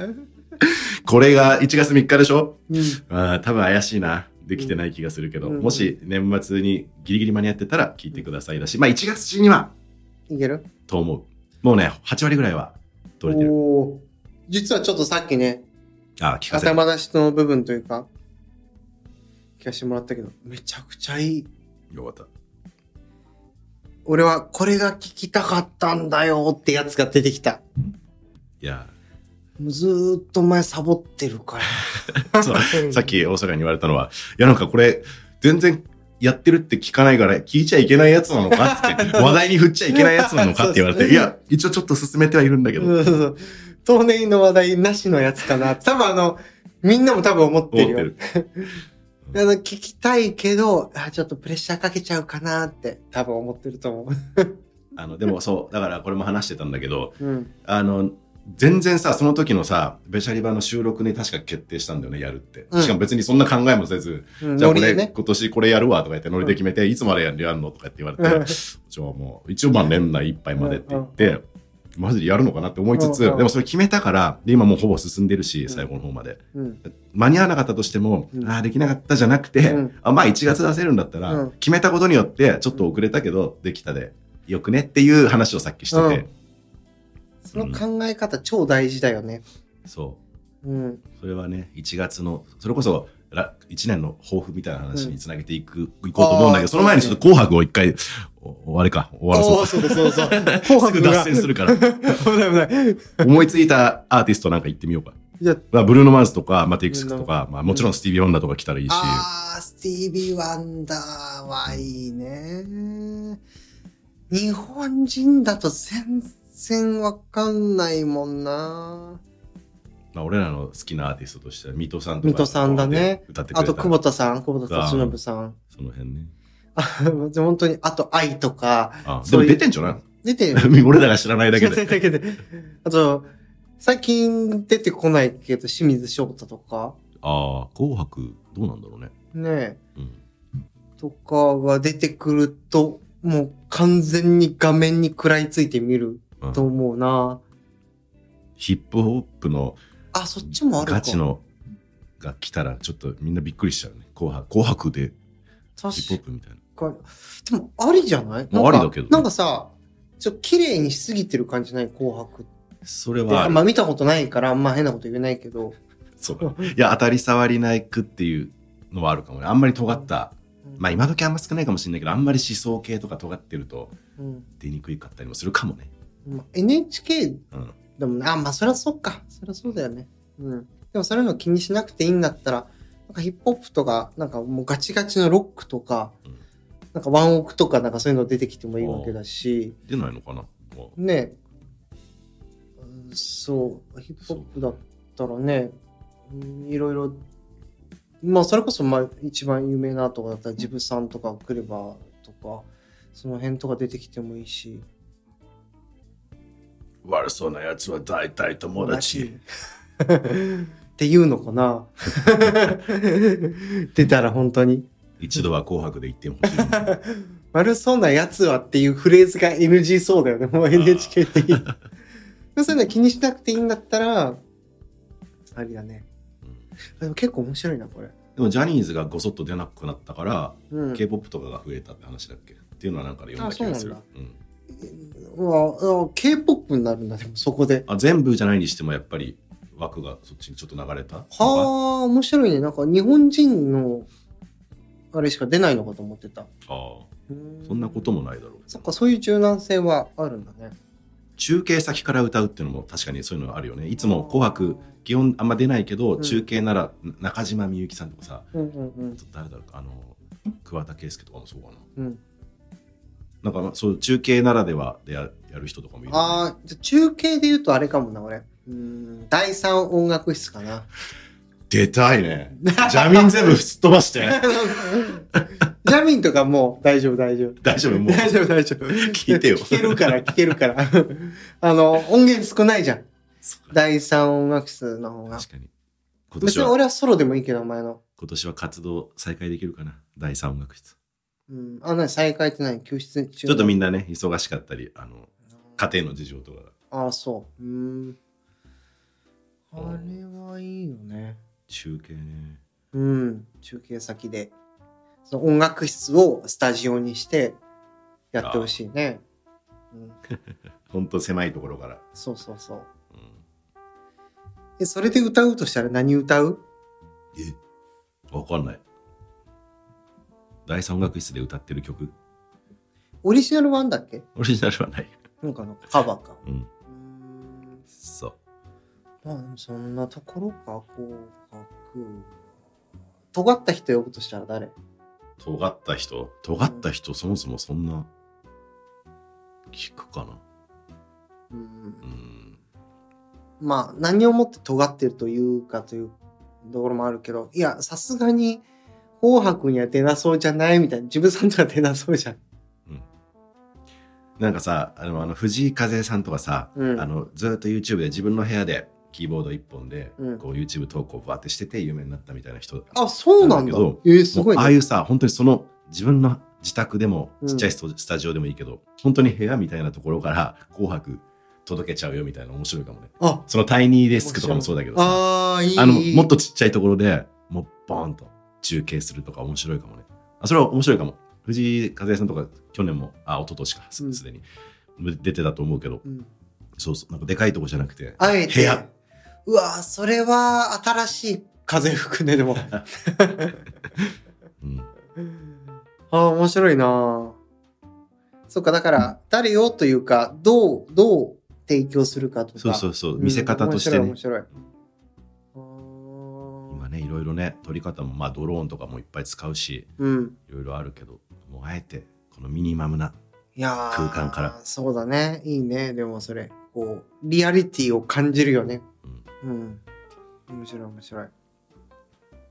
[SPEAKER 3] これが1月3日でしょ
[SPEAKER 2] うん。
[SPEAKER 3] あー多分怪しいな。できてない気がするけど、
[SPEAKER 2] うん
[SPEAKER 3] もし年末にギリギリ間に合ってたら聞いてくださいだし、まあ1月中にはい
[SPEAKER 2] ける
[SPEAKER 3] と思う。もうね、8割ぐらいは取れてる。
[SPEAKER 2] おおー。実はちょっとさっきね、
[SPEAKER 3] あー、聞かせ
[SPEAKER 2] 頭出しの部分というか、聞かせてもらったけど、めちゃくちゃいい。
[SPEAKER 3] よかった。
[SPEAKER 2] 俺はこれが聞きたかったんだよってやつが出てきた。
[SPEAKER 3] いや。
[SPEAKER 2] もうずーっと前サボってるから
[SPEAKER 3] そう さっき大阪に言われたのは、いやなんかこれ、全然やってるって聞かないから、聞いちゃいけないやつなのかって 話題に振っちゃいけないやつなのかって言われて、いや、一応ちょっと進めてはいるんだけど、
[SPEAKER 2] うんそうそう。当年の話題なしのやつか な。多分あの、みんなも多分思って
[SPEAKER 3] 思っ
[SPEAKER 2] る
[SPEAKER 3] て
[SPEAKER 2] よ。
[SPEAKER 3] る。
[SPEAKER 2] あの、聞きたいけど、あ、ちょっとプレッシャーかけちゃうかなって、多分思ってると思
[SPEAKER 3] あの、でもそう、だからこれも話してたんだけど、
[SPEAKER 2] う。うん。
[SPEAKER 3] あの、全然さ、その時のさ、ベシャリバの収録に確か決定したんだよね、やるって。
[SPEAKER 2] うん
[SPEAKER 3] しかも別にそんな考えもせず、
[SPEAKER 2] うん
[SPEAKER 3] じゃあ
[SPEAKER 2] ノ
[SPEAKER 3] こ
[SPEAKER 2] リ
[SPEAKER 3] れ、
[SPEAKER 2] でね。
[SPEAKER 3] 今年これやるわとか言ってノリで決めて、いつまでやるのとかって言われて、じゃあもう一応まあ年内いっぱいまでって言って、マジでやるのかなって思いつつ、
[SPEAKER 2] うんうん
[SPEAKER 3] でもそれ決めたからで今もうほぼ進んでるし、
[SPEAKER 2] ん
[SPEAKER 3] 最後の方まで
[SPEAKER 2] うん。
[SPEAKER 3] 間に合わなかったとしても、
[SPEAKER 2] うん
[SPEAKER 3] ああできなかったじゃなくて、
[SPEAKER 2] うん
[SPEAKER 3] あまあ1月出せるんだったら、
[SPEAKER 2] うん
[SPEAKER 3] 決めたことによってちょっと遅れたけど、できたでよくねっていう話をさっきしてて、
[SPEAKER 2] その考え方超大事だよね。
[SPEAKER 3] そ
[SPEAKER 2] うん。
[SPEAKER 3] うそれはね1月のそれこそら1年の抱負みたいな話につなげていく、いこうと思うん
[SPEAKER 2] あ
[SPEAKER 3] だけ
[SPEAKER 2] ー
[SPEAKER 3] どその前にちょっと「紅白」を一回お終わりか終わら
[SPEAKER 2] お
[SPEAKER 3] そ
[SPEAKER 2] ー
[SPEAKER 3] う
[SPEAKER 2] そうだそうだそうだ。
[SPEAKER 3] すぐ脱線するから
[SPEAKER 2] 危ない危ない。
[SPEAKER 3] 思いついたアーティストなんか行ってみようか。
[SPEAKER 2] じゃあ
[SPEAKER 3] まあ、ブルーノ・マーズとか、まあ、テイクスクとか、まあ、もちろんスティービー・オンダとか来たらいいし、
[SPEAKER 2] あー、スティービー・ワンダーはいいね。日本人だと全然わかんないもんな。
[SPEAKER 3] まあ、俺らの好きなアーティストとしては、ミトさんとか。
[SPEAKER 2] 水戸さんだね。
[SPEAKER 3] 歌ってくれ
[SPEAKER 2] あ
[SPEAKER 3] た
[SPEAKER 2] と、久保田さん、久保田敏信さん。
[SPEAKER 3] その辺ね。
[SPEAKER 2] あ本当に、あと、愛とか、
[SPEAKER 3] あで
[SPEAKER 2] そ
[SPEAKER 3] も
[SPEAKER 2] ういう
[SPEAKER 3] 出てんじゃない
[SPEAKER 2] 出て
[SPEAKER 3] 俺らが知らないだけで。
[SPEAKER 2] だけで。あと、最近出てこないけど、清水翔太とか、
[SPEAKER 3] ああ、紅白、どうなんだろうね。
[SPEAKER 2] ね
[SPEAKER 3] うん。
[SPEAKER 2] とかが出てくると、もう完全に画面に食らいついて見る
[SPEAKER 3] うん
[SPEAKER 2] と思うな。
[SPEAKER 3] ヒップホップの
[SPEAKER 2] あ、そっちもあるか。
[SPEAKER 3] ガチのが来たら、ちょっとみんなびっくりしちゃうね。紅白、紅白でヒップホ
[SPEAKER 2] 確
[SPEAKER 3] ップみたいな。
[SPEAKER 2] かに。でも、ありじゃない
[SPEAKER 3] まあ
[SPEAKER 2] なんか
[SPEAKER 3] ありだけどね
[SPEAKER 2] なんかさ、ちょっと綺麗にしすぎてる感じない紅白って。
[SPEAKER 3] それはあ
[SPEAKER 2] あ
[SPEAKER 3] る
[SPEAKER 2] んまあ見たことないから、あんま変なこと言えないけど。
[SPEAKER 3] そうだねいや、当たり障りないくっていうのはあるかもね。あんまり尖った。まあ今時あんま少ないかもしれないけど、あんまり思想系とか尖ってると
[SPEAKER 2] うん
[SPEAKER 3] 出にくいかったりもするかもね。
[SPEAKER 2] まあ NHK
[SPEAKER 3] うん。
[SPEAKER 2] でもねあまあそりゃそっかそりゃそうだよねうんでもそういうの気にしなくていいんだったらなんかヒップホップとかなんかもうガチガチのロックとか、
[SPEAKER 3] うん
[SPEAKER 2] なんかワンオクとかなんかそういうの出てきてもいいわけだし
[SPEAKER 3] 出ないのかなもう
[SPEAKER 2] ねうんそうヒップホップだったらねうんいろいろまあそれこそまあ一番有名なとかだったらジブさんとか来ればとかその辺とか出てきてもいいし
[SPEAKER 3] 悪そうなやつは大体友達。
[SPEAKER 2] っていうのか な出たら本当に。
[SPEAKER 3] 一度は紅白で言ってほしい。
[SPEAKER 2] 悪そうなやつはっていうフレーズが NG そうだよね、もう NHK 的に。そういうの気にしなくていいんだったら、ありだね。でも結構面白いな、これ。
[SPEAKER 3] でもジャニーズがごそっと出なくなったから、
[SPEAKER 2] うん。
[SPEAKER 3] K-POP とかが増えたって話だっけっていうのはなんかで読んだ気がする
[SPEAKER 2] あそ。
[SPEAKER 3] うん
[SPEAKER 2] うわあ K-POP になるんだ、でもそこで。
[SPEAKER 3] あ全部じゃないにしてもやっぱり枠がそっちにちょっと流れた
[SPEAKER 2] はあ、面白いね。なんか日本人の、あれしか出ないのかと思ってた。
[SPEAKER 3] ああそんなこともないだろう。
[SPEAKER 2] そっか、そういう柔軟性はあるんだね。
[SPEAKER 3] 中継先から歌うっていうのも確かにそういうのあるよね。いつも紅白、基本あんま出ないけど、
[SPEAKER 2] うん
[SPEAKER 3] 中継ならな中島みゆきさんとかさ、
[SPEAKER 2] うんうんうん
[SPEAKER 3] あと誰だろうか、あの、桑田佳祐とかもそうかな。
[SPEAKER 2] うん。
[SPEAKER 3] なんかまあそういう中継ならではでややる人とかもいるよね、
[SPEAKER 2] ああ、じゃあ中継で言うとあれかもな、俺。うーん、第三音楽室かな。
[SPEAKER 3] 出たいね。ジャミン全部吹っ飛ばして。
[SPEAKER 2] ジャミンとかもう大丈夫、大丈夫。
[SPEAKER 3] 大丈夫もう
[SPEAKER 2] 大丈夫、大丈夫。
[SPEAKER 3] 聞いてよ
[SPEAKER 2] 聞けるから、聞けるから。 あの、音源少ないじゃん。第三音楽室の方が。
[SPEAKER 3] 確かに。今
[SPEAKER 2] 別
[SPEAKER 3] 年
[SPEAKER 2] に
[SPEAKER 3] は、
[SPEAKER 2] 俺はソロでもいいけど、お前の。
[SPEAKER 3] 今年は活動再開できるかな。第三音楽室。
[SPEAKER 2] うん、あ、なに再開って何救出中
[SPEAKER 3] ちょっとみ
[SPEAKER 2] ん
[SPEAKER 3] んなね、忙しかったり、あの、家庭の事情とかが。
[SPEAKER 2] ああ、そう。うーん。あれはいいよね。
[SPEAKER 3] 中継ね。
[SPEAKER 2] うん、中継先で。その音楽室をスタジオにしてやってほしいね。うん、
[SPEAKER 3] ほんと狭いところから。
[SPEAKER 2] そうそうそう。
[SPEAKER 3] うん
[SPEAKER 2] え、それで歌うとしたら何歌う
[SPEAKER 3] えわかんない。第三音楽室で歌ってる曲
[SPEAKER 2] オリジナル版だっけ
[SPEAKER 3] オリジナルはない。
[SPEAKER 2] なんかのカバーか。
[SPEAKER 3] うん。
[SPEAKER 2] うーん
[SPEAKER 3] そう。
[SPEAKER 2] まあ、でもそんなところか、こう、かく。尖った人呼ぶとしたら誰
[SPEAKER 3] 尖った人尖った人、そもそもそんな、聞くかな
[SPEAKER 2] うん
[SPEAKER 3] うん。
[SPEAKER 2] まあ、何をもって尖ってるというかというところもあるけど、いや、さすがに、紅白には出なそうじゃないみたいな、自分さんとは出なそうじゃん。
[SPEAKER 3] なんかさ、あの、あの藤井風さんとかさ、
[SPEAKER 2] うん
[SPEAKER 3] あの、ずっと YouTube で自分の部屋でキーボード一本で、
[SPEAKER 2] うん
[SPEAKER 3] こう YouTube 投稿をバーってしてて有名になったみたいな人。
[SPEAKER 2] あ、そうなんだ。
[SPEAKER 3] なんだけど
[SPEAKER 2] えーすごい
[SPEAKER 3] もうあ
[SPEAKER 2] ね。
[SPEAKER 3] あいうさ、本当にその自分の自宅でも、
[SPEAKER 2] うん
[SPEAKER 3] ちっちゃいストスタジオでもいいけど、本当に部屋みたいなところから紅白届けちゃうよみたいな面白いかもね。
[SPEAKER 2] あ、
[SPEAKER 3] そのタイニーデスクとかもそうだけどさ、
[SPEAKER 2] あーいい。
[SPEAKER 3] あの、もっとちっちゃいところでもうボーンと中継するとか面白いかもね。あ、それは面白いかも。藤井風さんとか去年も、あ、一昨年か、
[SPEAKER 2] う
[SPEAKER 3] す
[SPEAKER 2] ん
[SPEAKER 3] すでに。出てたと思うけど、
[SPEAKER 2] うん
[SPEAKER 3] そうそう、なんかでかいとこじゃなくて、
[SPEAKER 2] あえて。
[SPEAKER 3] 部屋。
[SPEAKER 2] うわーそれは新しい風吹くね、 でも。
[SPEAKER 3] うん、
[SPEAKER 2] ああ、面白いなーそっか、だから、誰をというか、どう、どう提供するかとか。
[SPEAKER 3] そうそううそう、
[SPEAKER 2] ん
[SPEAKER 3] 見せ方としてね
[SPEAKER 2] 面。白い、面白い。
[SPEAKER 3] 今ね、いろいろね、撮り方も、まあドローンとかもいっぱい使うし、
[SPEAKER 2] うん。
[SPEAKER 3] いろいろあるけど、もうあえて、このミニマムな、
[SPEAKER 2] いやー
[SPEAKER 3] 空間から
[SPEAKER 2] そうだね。いいね。でもそれ、こう、リアリティを感じるよね。
[SPEAKER 3] うん、
[SPEAKER 2] うん。面白い、面白い。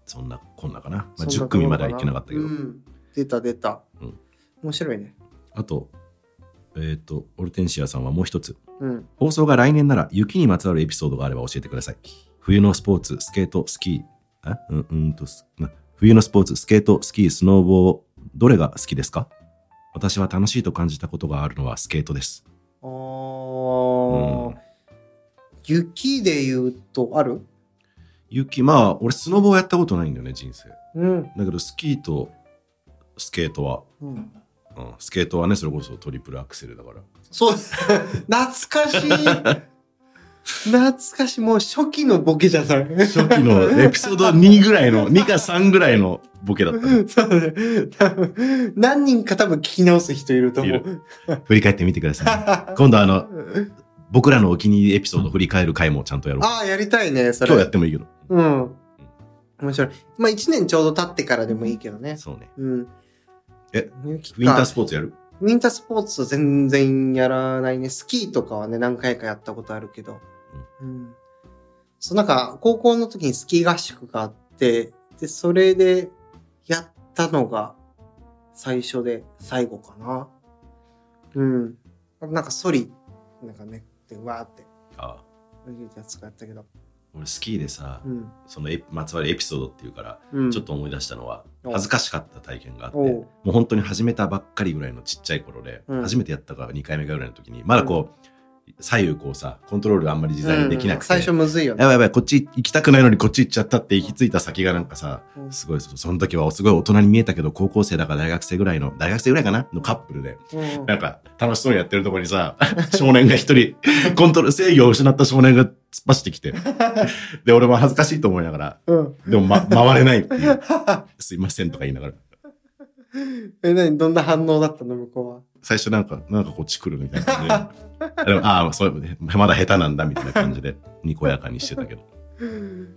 [SPEAKER 3] そんな、こんなかな。
[SPEAKER 2] そ
[SPEAKER 3] まあ、
[SPEAKER 2] んな
[SPEAKER 3] 10組まではいけなかったけど、
[SPEAKER 2] うん出た、出た。
[SPEAKER 3] うん
[SPEAKER 2] 面白いね。
[SPEAKER 3] あと、えっ、と、オルテンシアさんはもう一つ、
[SPEAKER 2] うん。
[SPEAKER 3] 放送が来年なら雪にまつわるエピソードがあれば教えてください。冬のスポーツ、スケート、スキー、あうんうんとすな冬のスポーツ、スケート、スキー、スノーボー、どれが好きですか私は楽しいと感じたことがあるのはスケートです。
[SPEAKER 2] あ
[SPEAKER 3] う
[SPEAKER 2] ー
[SPEAKER 3] ん
[SPEAKER 2] 雪で言うと、ある
[SPEAKER 3] 雪、まあ、俺スノボーやったことないんだよね、人生。
[SPEAKER 2] うん。
[SPEAKER 3] だけど、スキーとスケートは、
[SPEAKER 2] うん
[SPEAKER 3] うん、スケートはね、それこそトリプルアクセルだから。
[SPEAKER 2] そう、 懐かしい。懐かしい。もう初期のボケじゃない。
[SPEAKER 3] 初期のエピソード2ぐらいの、2か3ぐら いのボケだった、ね。
[SPEAKER 2] そうだね多分何人か多分聞き直す人いると思。
[SPEAKER 3] いう 振り返ってみてください。今度、あの、僕らのお気に入りエピソード振り返る回もちゃんとやろう。
[SPEAKER 2] ああ、やりたいね、それ。
[SPEAKER 3] 今日やってもいいけど。
[SPEAKER 2] うん。面白い。まあ、1年ちょうど経ってからでもいいけどね。
[SPEAKER 3] そうね。
[SPEAKER 2] うん。
[SPEAKER 3] え、
[SPEAKER 2] 雪か
[SPEAKER 3] ウィンタースポーツやる
[SPEAKER 2] ウィンタースポーツ全然やらないね。スキーとかはね、何回かやったことあるけど。うん。そう、なんか、高校の時にスキー合宿があって、で、それでやったのが最初で最後かな。うん。なんか、ソリ、なんかね、ってうわーって
[SPEAKER 3] あ
[SPEAKER 2] 泳げたやつがやったけど、
[SPEAKER 3] 俺スキーでさ、
[SPEAKER 2] うん
[SPEAKER 3] そのエピまつわるエピソードっていうから、
[SPEAKER 2] うん、
[SPEAKER 3] ちょっと思い出したのは
[SPEAKER 2] お
[SPEAKER 3] 恥ずかしかった体験があって
[SPEAKER 2] お
[SPEAKER 3] も
[SPEAKER 2] う
[SPEAKER 3] う本当に始めたばっかりぐらいのちっちゃい頃で、
[SPEAKER 2] うん
[SPEAKER 3] 初めてやったから2回目ぐらいの時にまだこう、左右こうさコントロールあんまり自在にできなくて、
[SPEAKER 2] うん最初むずいよ
[SPEAKER 3] や
[SPEAKER 2] ね
[SPEAKER 3] ばいやばいこっち行きたくないのにこっち行っちゃったって行き着いた先がなんかさすごいそその時はすごい大人に見えたけど高校生だから大学生ぐらいの大学生ぐらいかなのカップルで
[SPEAKER 2] うん
[SPEAKER 3] なんか楽しそうにやってるところにさ少年が一人コントロール制御を失った少年が突っ走ってきてで俺も恥ずかしいと思いながら
[SPEAKER 2] うん
[SPEAKER 3] でも、ま、回れないっていうすいませんとか言いながら
[SPEAKER 2] え何どんな反応だったの向こうは
[SPEAKER 3] 最初なんかなんかこっち来るみたいな感じででもああそうまだ下手なんだみたいな感じでにこやかにしてたけど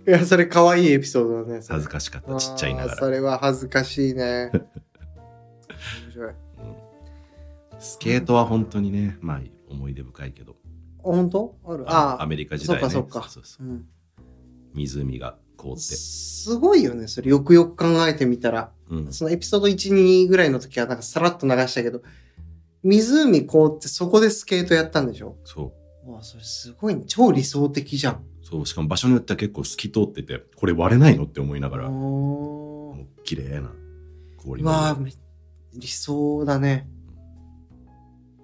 [SPEAKER 2] いやそれ可愛いエピソードだねそれ
[SPEAKER 3] 恥ずかしかったちっちゃいなが
[SPEAKER 2] あー
[SPEAKER 3] ら
[SPEAKER 2] それは恥ずかしいね面白い
[SPEAKER 3] スケートは本当にね、まあ思い出深いけど、
[SPEAKER 2] あ本当ある
[SPEAKER 3] あ
[SPEAKER 2] あ
[SPEAKER 3] のア
[SPEAKER 2] あ、
[SPEAKER 3] メリカ時代ね、
[SPEAKER 2] そっかそっか
[SPEAKER 3] うそう
[SPEAKER 2] うん、
[SPEAKER 3] 湖が凍って、
[SPEAKER 2] すごいよねそれよくよく考えてみたら
[SPEAKER 3] うん、
[SPEAKER 2] そのエピソード12ぐらいの時はなんかさらっと流したけど湖凍ってそこでスケートやったんでしょ
[SPEAKER 3] そう
[SPEAKER 2] わあそれすごいね超理想的じゃん
[SPEAKER 3] そうしかも場所によっては結構透き通ってて、これ割れないのって思いながら、も
[SPEAKER 2] おー
[SPEAKER 3] う綺麗な氷
[SPEAKER 2] うわあ
[SPEAKER 3] が。
[SPEAKER 2] め理想だね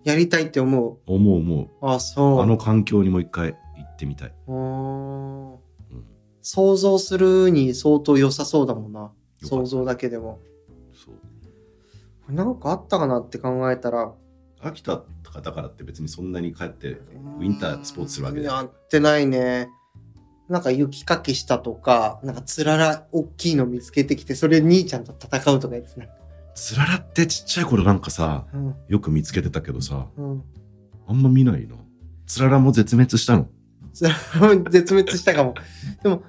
[SPEAKER 2] やりたいって思う
[SPEAKER 3] 思う思
[SPEAKER 2] ああ
[SPEAKER 3] う、
[SPEAKER 2] そう
[SPEAKER 3] あの環境にもう一回行ってみたい。
[SPEAKER 2] おー
[SPEAKER 3] うん、
[SPEAKER 2] 想像するに相当良さそうだもんな
[SPEAKER 3] た
[SPEAKER 2] 想像だけでも
[SPEAKER 3] そう
[SPEAKER 2] これなんかあったかなって考えたら
[SPEAKER 3] 秋田とかだからって別にそんなに帰ってウィンタースポーツするわけじゃ
[SPEAKER 2] や
[SPEAKER 3] ない。
[SPEAKER 2] ってないねなんか雪かきしたとかなんかつらら大きいの見つけてきてそれ兄ちゃんと戦うとかやってた、
[SPEAKER 3] つららってちっちゃい頃なんかさ、
[SPEAKER 2] うん
[SPEAKER 3] よく見つけてたけどさ、
[SPEAKER 2] うん、
[SPEAKER 3] あんま見ないな。つららも絶滅したの。
[SPEAKER 2] つららも 絶滅したかもでも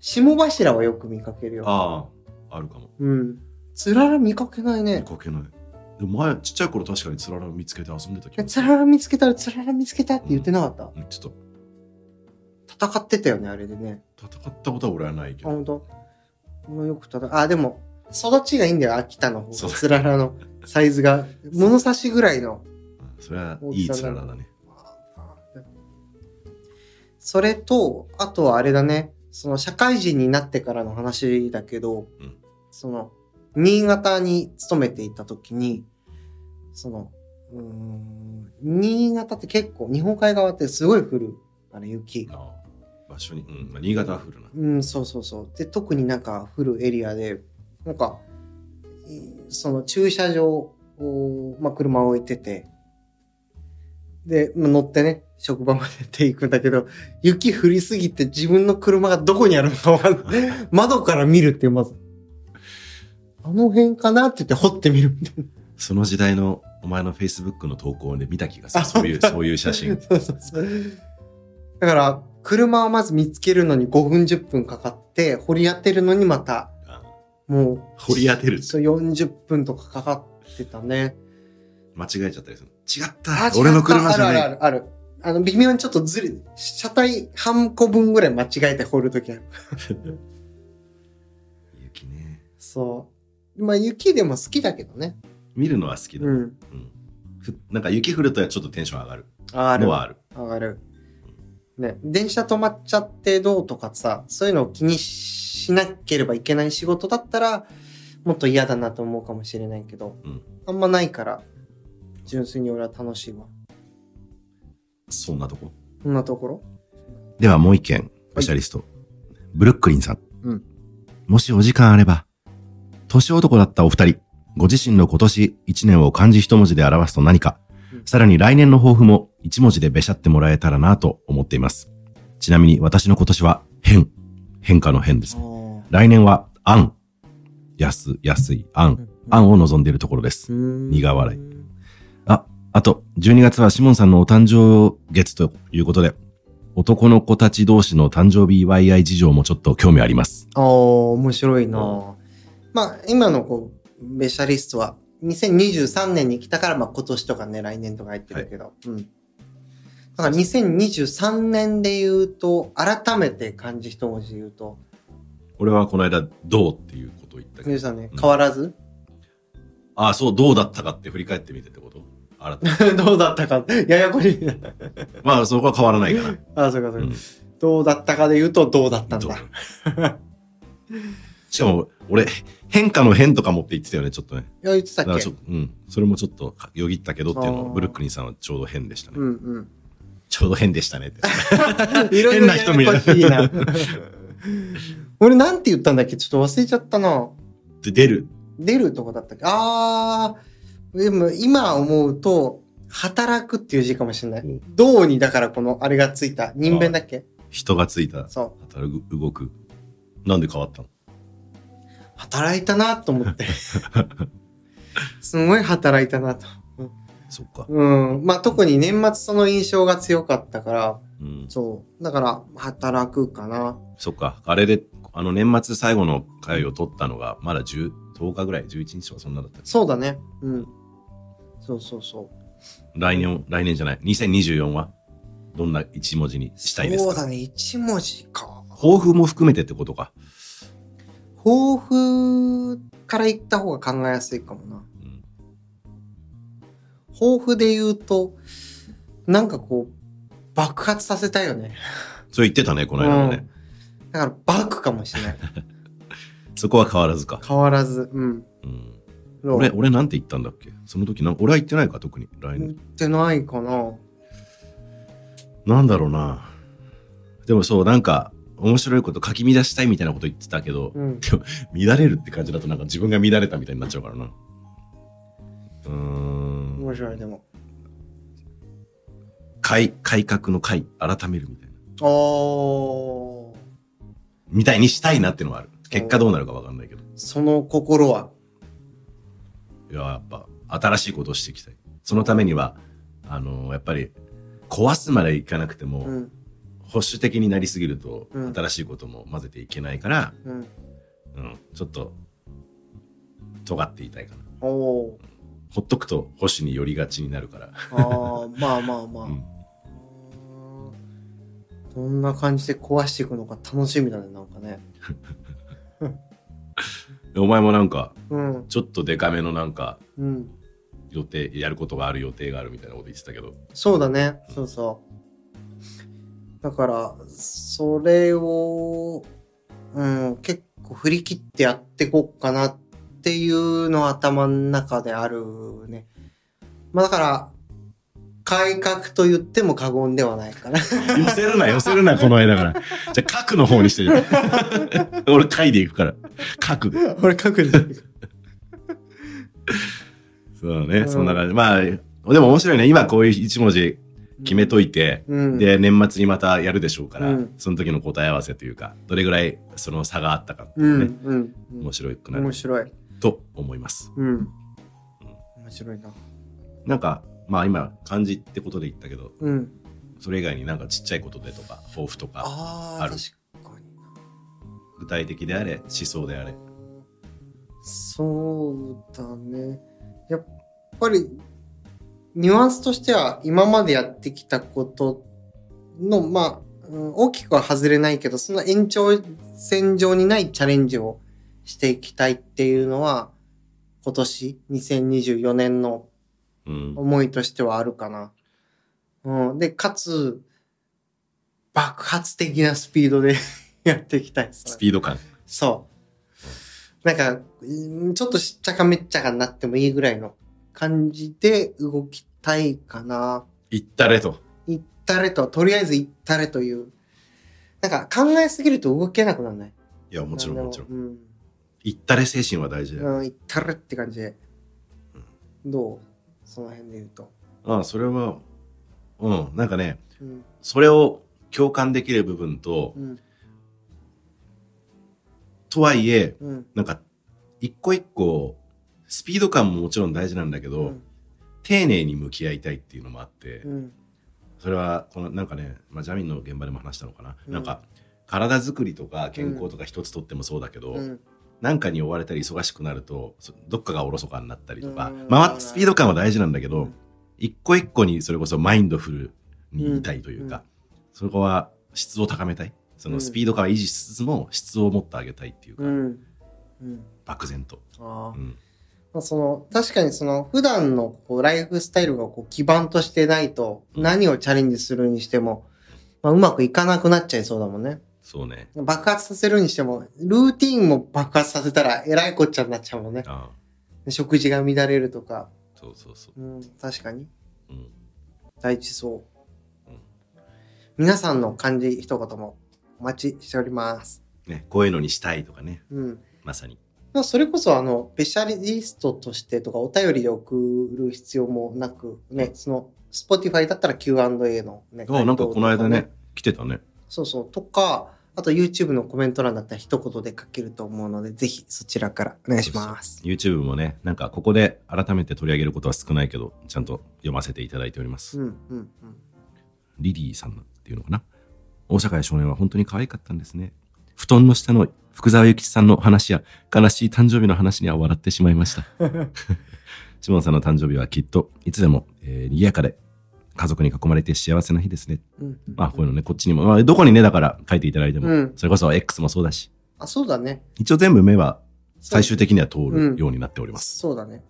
[SPEAKER 2] 霜柱はよく見かけるよ、
[SPEAKER 3] ああ、あるかも。
[SPEAKER 2] うん、つらら見かけない
[SPEAKER 3] 見
[SPEAKER 2] ね
[SPEAKER 3] かけない。でも前、ちっちゃい頃確かにつららを見つけて遊んでた気
[SPEAKER 2] え
[SPEAKER 3] が
[SPEAKER 2] つ
[SPEAKER 3] する。
[SPEAKER 2] らら見つけたらつらら見つけたって言ってなかった、
[SPEAKER 3] うんちょっ
[SPEAKER 2] 戦ってたよねあれでね
[SPEAKER 3] と戦ったことは俺はないけ
[SPEAKER 2] あ、
[SPEAKER 3] ど。
[SPEAKER 2] 本当。もうよくただ、あ、でも、育ちがいいんだよ、秋田の方
[SPEAKER 3] そう
[SPEAKER 2] が。つららのサイズが。物差しぐらいの。
[SPEAKER 3] うんそれはいいつららだね。
[SPEAKER 2] それと、あとはあれだね、その社会人になってからの話だけど、
[SPEAKER 3] うん
[SPEAKER 2] その、新潟に勤めていた時に、その、うーん、新潟って結構、日本海側ってすごい降る、あれ雪。
[SPEAKER 3] ああ場所に、うん、まあ新潟は降るな。
[SPEAKER 2] うん、そうそうそう。で、特になんか降るエリアで、なんか、いその駐車場を、まあ、車を置いてて、で、まあ、乗ってね、職場まで行っていくんだけど、雪降りすぎて自分の車がどこにあるのかわかんない 窓から見るっていう、まず。あの辺かなって言って掘ってみるみたいな。
[SPEAKER 3] その時代のお前の Facebook の投稿で見た気がする。
[SPEAKER 2] あ
[SPEAKER 3] そういう、
[SPEAKER 2] 本当
[SPEAKER 3] そういう写 真。
[SPEAKER 2] そうそうそう。だから、車をまず見つけるのに5分10分かかって、掘り当てるのにまた、
[SPEAKER 3] ああ
[SPEAKER 2] もう、
[SPEAKER 3] 掘り当てる。
[SPEAKER 2] そう40分とかかかってたね。
[SPEAKER 3] 間違えちゃったりする。違った俺の車じゃ
[SPEAKER 2] あるあ
[SPEAKER 3] な
[SPEAKER 2] るあ
[SPEAKER 3] い。
[SPEAKER 2] るある。あの、微妙にちょっとずれ、車体半個分ぐらい間違えて掘るときある。
[SPEAKER 3] 雪ね。
[SPEAKER 2] そう。まあ雪でも好きだけどね。
[SPEAKER 3] 見るのは好きだ。
[SPEAKER 2] う
[SPEAKER 3] うん
[SPEAKER 2] ん。
[SPEAKER 3] ふなんか雪降るとちょっとテンション上がる
[SPEAKER 2] ある
[SPEAKER 3] の。はある。
[SPEAKER 2] 上がる。ね、電車止まっちゃってどうとかさ、そういうのを気にしなければいけない仕事だったら、もっと嫌だなと思うかもしれないけど、
[SPEAKER 3] うん
[SPEAKER 2] あんまないから、純粋に俺は楽しいわ。
[SPEAKER 3] そんなとこ。
[SPEAKER 2] こんなところ
[SPEAKER 3] ではもう一件、スペシャリスト。ブルックリンさん。
[SPEAKER 2] うん
[SPEAKER 3] もしお時間あれば、年男だったお二人、ご自身の今年1年を漢字一文字で表すと何か、
[SPEAKER 2] うん
[SPEAKER 3] さらに来年の抱負も一文字でべしゃってもらえたらなと思っています。ちなみに私の今年は変。変化の変です。来年は安。安、安い、安。安を望んでいるところです。苦
[SPEAKER 2] 苦
[SPEAKER 3] 笑い。あと、12月はシモンさんのお誕生月ということで、男の子たち同士の誕生日祝い合い事情もちょっと興味あります。
[SPEAKER 2] ああ、面白いうな。まあ、今のこう、ベシャリストは、2023年に来たから、まあ今年とかね、来年とか入ってるけど、うん。だから2023年で言うと、改めて漢字一文字で言うと、
[SPEAKER 3] 俺はこの間、どうっていうことを言ったけ
[SPEAKER 2] 皆
[SPEAKER 3] ど、
[SPEAKER 2] さんね
[SPEAKER 3] うん、
[SPEAKER 2] 変わらず、
[SPEAKER 3] ああ、そう、どうだったかって振り返ってみてってことあ なた。
[SPEAKER 2] どうだったか。ややこしいな。
[SPEAKER 3] まあ、そこは変わらないから。
[SPEAKER 2] あ、そうかそううか。
[SPEAKER 3] ん
[SPEAKER 2] どうだったかで言うと、どうだったんだ。
[SPEAKER 3] しかも、俺、変化の変とか持って言ってたよね、ちょっとね。
[SPEAKER 2] いや、言ってた
[SPEAKER 3] だか
[SPEAKER 2] っ
[SPEAKER 3] ら
[SPEAKER 2] け
[SPEAKER 3] ちょっとうん。それもちょっとよぎったけどっていうの
[SPEAKER 2] あ
[SPEAKER 3] を、
[SPEAKER 2] ー
[SPEAKER 3] ブルックリンさんはちょうど変でしたね。
[SPEAKER 2] うんうん。
[SPEAKER 3] ちょうど変でしたねって。
[SPEAKER 2] いろいろ
[SPEAKER 3] 変な人見
[SPEAKER 2] や
[SPEAKER 3] る
[SPEAKER 2] や こしいな。 俺なんて言ったんだっけちょっと忘れちゃったな。
[SPEAKER 3] で出る。
[SPEAKER 2] 出るとこだったっけあー、でも今思うと、働くっていう字かもしれな
[SPEAKER 3] う
[SPEAKER 2] い。
[SPEAKER 3] ん
[SPEAKER 2] どうにだからこのあれがついた。人弁だっけ
[SPEAKER 3] 人がついた。
[SPEAKER 2] そ
[SPEAKER 3] 働く、動く。なんで変わった
[SPEAKER 2] う。
[SPEAKER 3] の
[SPEAKER 2] 働いたなと思って。 すごい働いたなと。
[SPEAKER 3] そっか。
[SPEAKER 2] うん。まあ特に年末その印象が強かったから、
[SPEAKER 3] うん。
[SPEAKER 2] そう。だから働くかな。
[SPEAKER 3] そっか。あれで、あの年末最後の回を撮ったのが、まだ10、10日ぐらい、11日とかそんなだったよ
[SPEAKER 2] そうだね。うん。そうそうそう。
[SPEAKER 3] 来年、来年じゃない。2024はどんな一文字にしたいです
[SPEAKER 2] そう
[SPEAKER 3] か
[SPEAKER 2] だね、一文字か。
[SPEAKER 3] 抱負も含めてってことか。
[SPEAKER 2] 抱負から言った方が考えやすいかもな。
[SPEAKER 3] うん
[SPEAKER 2] 抱負で言うと、なんかこう、爆発させたいよね。
[SPEAKER 3] それ言ってたね、この間もね。
[SPEAKER 2] だからバックかもし れない。
[SPEAKER 3] そこは変わらずか。
[SPEAKER 2] 変わらず。うん。
[SPEAKER 3] うん、
[SPEAKER 2] どう
[SPEAKER 3] 俺、俺なんて言ったんだっけその時なん、俺は言ってないか、特に。来
[SPEAKER 2] 言っ
[SPEAKER 3] 年。
[SPEAKER 2] てないかな。
[SPEAKER 3] なんだろうな。でもそう、なんか、面白いこと書き乱したいみたいなこと言ってたけど、
[SPEAKER 2] うん。
[SPEAKER 3] 乱れるって感じだとなんか自分が乱れたみたいになっちゃうからな。うーん。
[SPEAKER 2] 面白い、でも。
[SPEAKER 3] 改改革の改、改めるみたいな。
[SPEAKER 2] おー。
[SPEAKER 3] みたいにしたいなってのはある。結果どうなるかわかんないけど。
[SPEAKER 2] その心は。
[SPEAKER 3] いや、やっぱ、新しいことをしていきたい。そのためには、あのやっぱり、壊すまでいかなくても、
[SPEAKER 2] うん。
[SPEAKER 3] 保守的になりすぎると、
[SPEAKER 2] うん
[SPEAKER 3] 新しいことも混ぜていけないから、
[SPEAKER 2] うん。
[SPEAKER 3] うん、ちょっと、尖っていたいかな。
[SPEAKER 2] おー。
[SPEAKER 3] ほっとくと保守に寄りがちになるから。
[SPEAKER 2] あー、まあまあまあ。
[SPEAKER 3] うん
[SPEAKER 2] どんな感じで壊していくのか楽しみだね、なんかね。
[SPEAKER 3] でお前もなんか、
[SPEAKER 2] うん、
[SPEAKER 3] ちょっとデカめのなんか、
[SPEAKER 2] うん。
[SPEAKER 3] 予定、やることがある予定があるみたいなこと言ってたけど、
[SPEAKER 2] そうだね、そうそう。だから、それを、うん、結構振り切ってやってこっかなっていうのは頭の中であるね。まあだから、改革と言っても過言ではないかな。
[SPEAKER 3] 寄せるな、寄せるな、この間から。じゃあ、書くの方にし てる。俺、書いでいくから。書くで。
[SPEAKER 2] 俺書くで。
[SPEAKER 3] そうね、
[SPEAKER 2] うん
[SPEAKER 3] そんな感じ。まあ、でも面白いね。今こういう一文字決めといて、
[SPEAKER 2] うん。
[SPEAKER 3] で、年末にまたやるでしょうから、
[SPEAKER 2] うん、
[SPEAKER 3] その時の答え合わせというか、どれぐらいその差があったかっていううんね、
[SPEAKER 2] うん。うん
[SPEAKER 3] 面白くなる
[SPEAKER 2] 面白い。
[SPEAKER 3] と思います。
[SPEAKER 2] うん。面白いな。
[SPEAKER 3] なんか、まあ今、漢字ってことで言ったけど、
[SPEAKER 2] うん。
[SPEAKER 3] それ以外になんかちっちゃいことでとか、抱負とか、
[SPEAKER 2] あ
[SPEAKER 3] あ
[SPEAKER 2] あ
[SPEAKER 3] る
[SPEAKER 2] ー、確かに。
[SPEAKER 3] 具体的であれ、思想であれ。
[SPEAKER 2] そうだね。やっぱり、ニュアンスとしては、今までやってきたことの、まあ、うん大きくは外れないけど、その延長線上にないチャレンジをしていきたいっていうのは、今年、2024年の
[SPEAKER 3] うん。
[SPEAKER 2] 思いとしてはあるかな。うん、で、かつ、爆発的なスピードで やっていきたい。それ
[SPEAKER 3] スピード感。
[SPEAKER 2] そう。なんか、うんちょっとしっちゃかめっちゃかになってもいいぐらいの感じで動きたいかな。
[SPEAKER 3] 行ったれと。
[SPEAKER 2] 行ったれと、とりあえず行ったれという。なんか考えすぎると動けなくならない。
[SPEAKER 3] いや、もちろん
[SPEAKER 2] なん
[SPEAKER 3] も
[SPEAKER 2] で
[SPEAKER 3] ちろん。
[SPEAKER 2] うん。
[SPEAKER 3] 行ったれ精神は大事だよ。
[SPEAKER 2] うん、行ったれって感じで。どうその辺で言うと。
[SPEAKER 3] ああ、それは、うん、なんかね、
[SPEAKER 2] うん。
[SPEAKER 3] それを共感できる部分と、
[SPEAKER 2] うん。
[SPEAKER 3] とはいえ、
[SPEAKER 2] うん。
[SPEAKER 3] なんか、一個一個、スピード感ももちろん大事なんだけど、
[SPEAKER 2] うん。
[SPEAKER 3] 丁寧に向き合いたいっていうのもあって、
[SPEAKER 2] うん。
[SPEAKER 3] それは、この、なんかね、まあ、ジャミンの現場でも話したのかな。
[SPEAKER 2] うん
[SPEAKER 3] なんか、体づくりとか健康とか一つとってもそうだけど、
[SPEAKER 2] うん。
[SPEAKER 3] なんかに追われたり忙しくなると、そどっかがおろそかになったりとか
[SPEAKER 2] うん、
[SPEAKER 3] 回っスピード感は大事なんだけど、
[SPEAKER 2] うん
[SPEAKER 3] 一個一個にそれこそマインドフルにいたいというか、
[SPEAKER 2] うん
[SPEAKER 3] そこは質を高めたい。そのスピード感を維持しつつも質を持ってあげたいっていうか、
[SPEAKER 2] うん。うん。
[SPEAKER 3] 漠然と。
[SPEAKER 2] ああ
[SPEAKER 3] う。ん
[SPEAKER 2] まあその確かにその普段のこうライフスタイルがこう基盤としてないと
[SPEAKER 3] うん
[SPEAKER 2] 何をチャレンジするにしても、まあ、うまくいかなくなっちゃいそうだもんね
[SPEAKER 3] そうね。
[SPEAKER 2] 爆発させるにしてもルーティンも爆発させたらえらいこっちゃになっちゃうもんね
[SPEAKER 3] あ
[SPEAKER 2] 食事が乱れるとか、
[SPEAKER 3] そうそうそう。
[SPEAKER 2] うん、確かに
[SPEAKER 3] うん。
[SPEAKER 2] 第一層
[SPEAKER 3] うん
[SPEAKER 2] 皆さんの漢字一言もお待ちしております
[SPEAKER 3] ね、こういうのにしたいとかね、
[SPEAKER 2] うん
[SPEAKER 3] まさに。
[SPEAKER 2] まあ、それこそあのスペシャリストとしてとかお便りで送る必要もなくね、その Spotify だったら Q&A のね
[SPEAKER 3] あなんかこの
[SPEAKER 2] 回
[SPEAKER 3] 間
[SPEAKER 2] 答と
[SPEAKER 3] ね
[SPEAKER 2] か、
[SPEAKER 3] 来てたね。
[SPEAKER 2] そうそうとかあと YouTube のコメント欄だったら一言で書けると思うのでぜひそちらからお願いします。
[SPEAKER 3] YouTube もね、なんかここで改めて取り上げることは少ないけど、ちゃんと読ませていただいております。
[SPEAKER 2] うんうんうん
[SPEAKER 3] リリーさんっていうのかな。大阪や少年は本当に可愛かったんですね。布団の下の福沢諭吉さんの話や悲しい誕生日の話には笑ってしまいました。 シモンさんの誕生日はきっといつでも、えー賑やかで家族に囲まれて幸せな日ですね。
[SPEAKER 2] うんうん
[SPEAKER 3] まあこういうのね、こっちにも、まあ、どこにね、だから書いていただいても、
[SPEAKER 2] うん
[SPEAKER 3] それこそ X もそうだし、
[SPEAKER 2] あそうだね
[SPEAKER 3] 一応全部目は最終
[SPEAKER 2] 的
[SPEAKER 3] 的には通るようになっております。
[SPEAKER 2] そうだね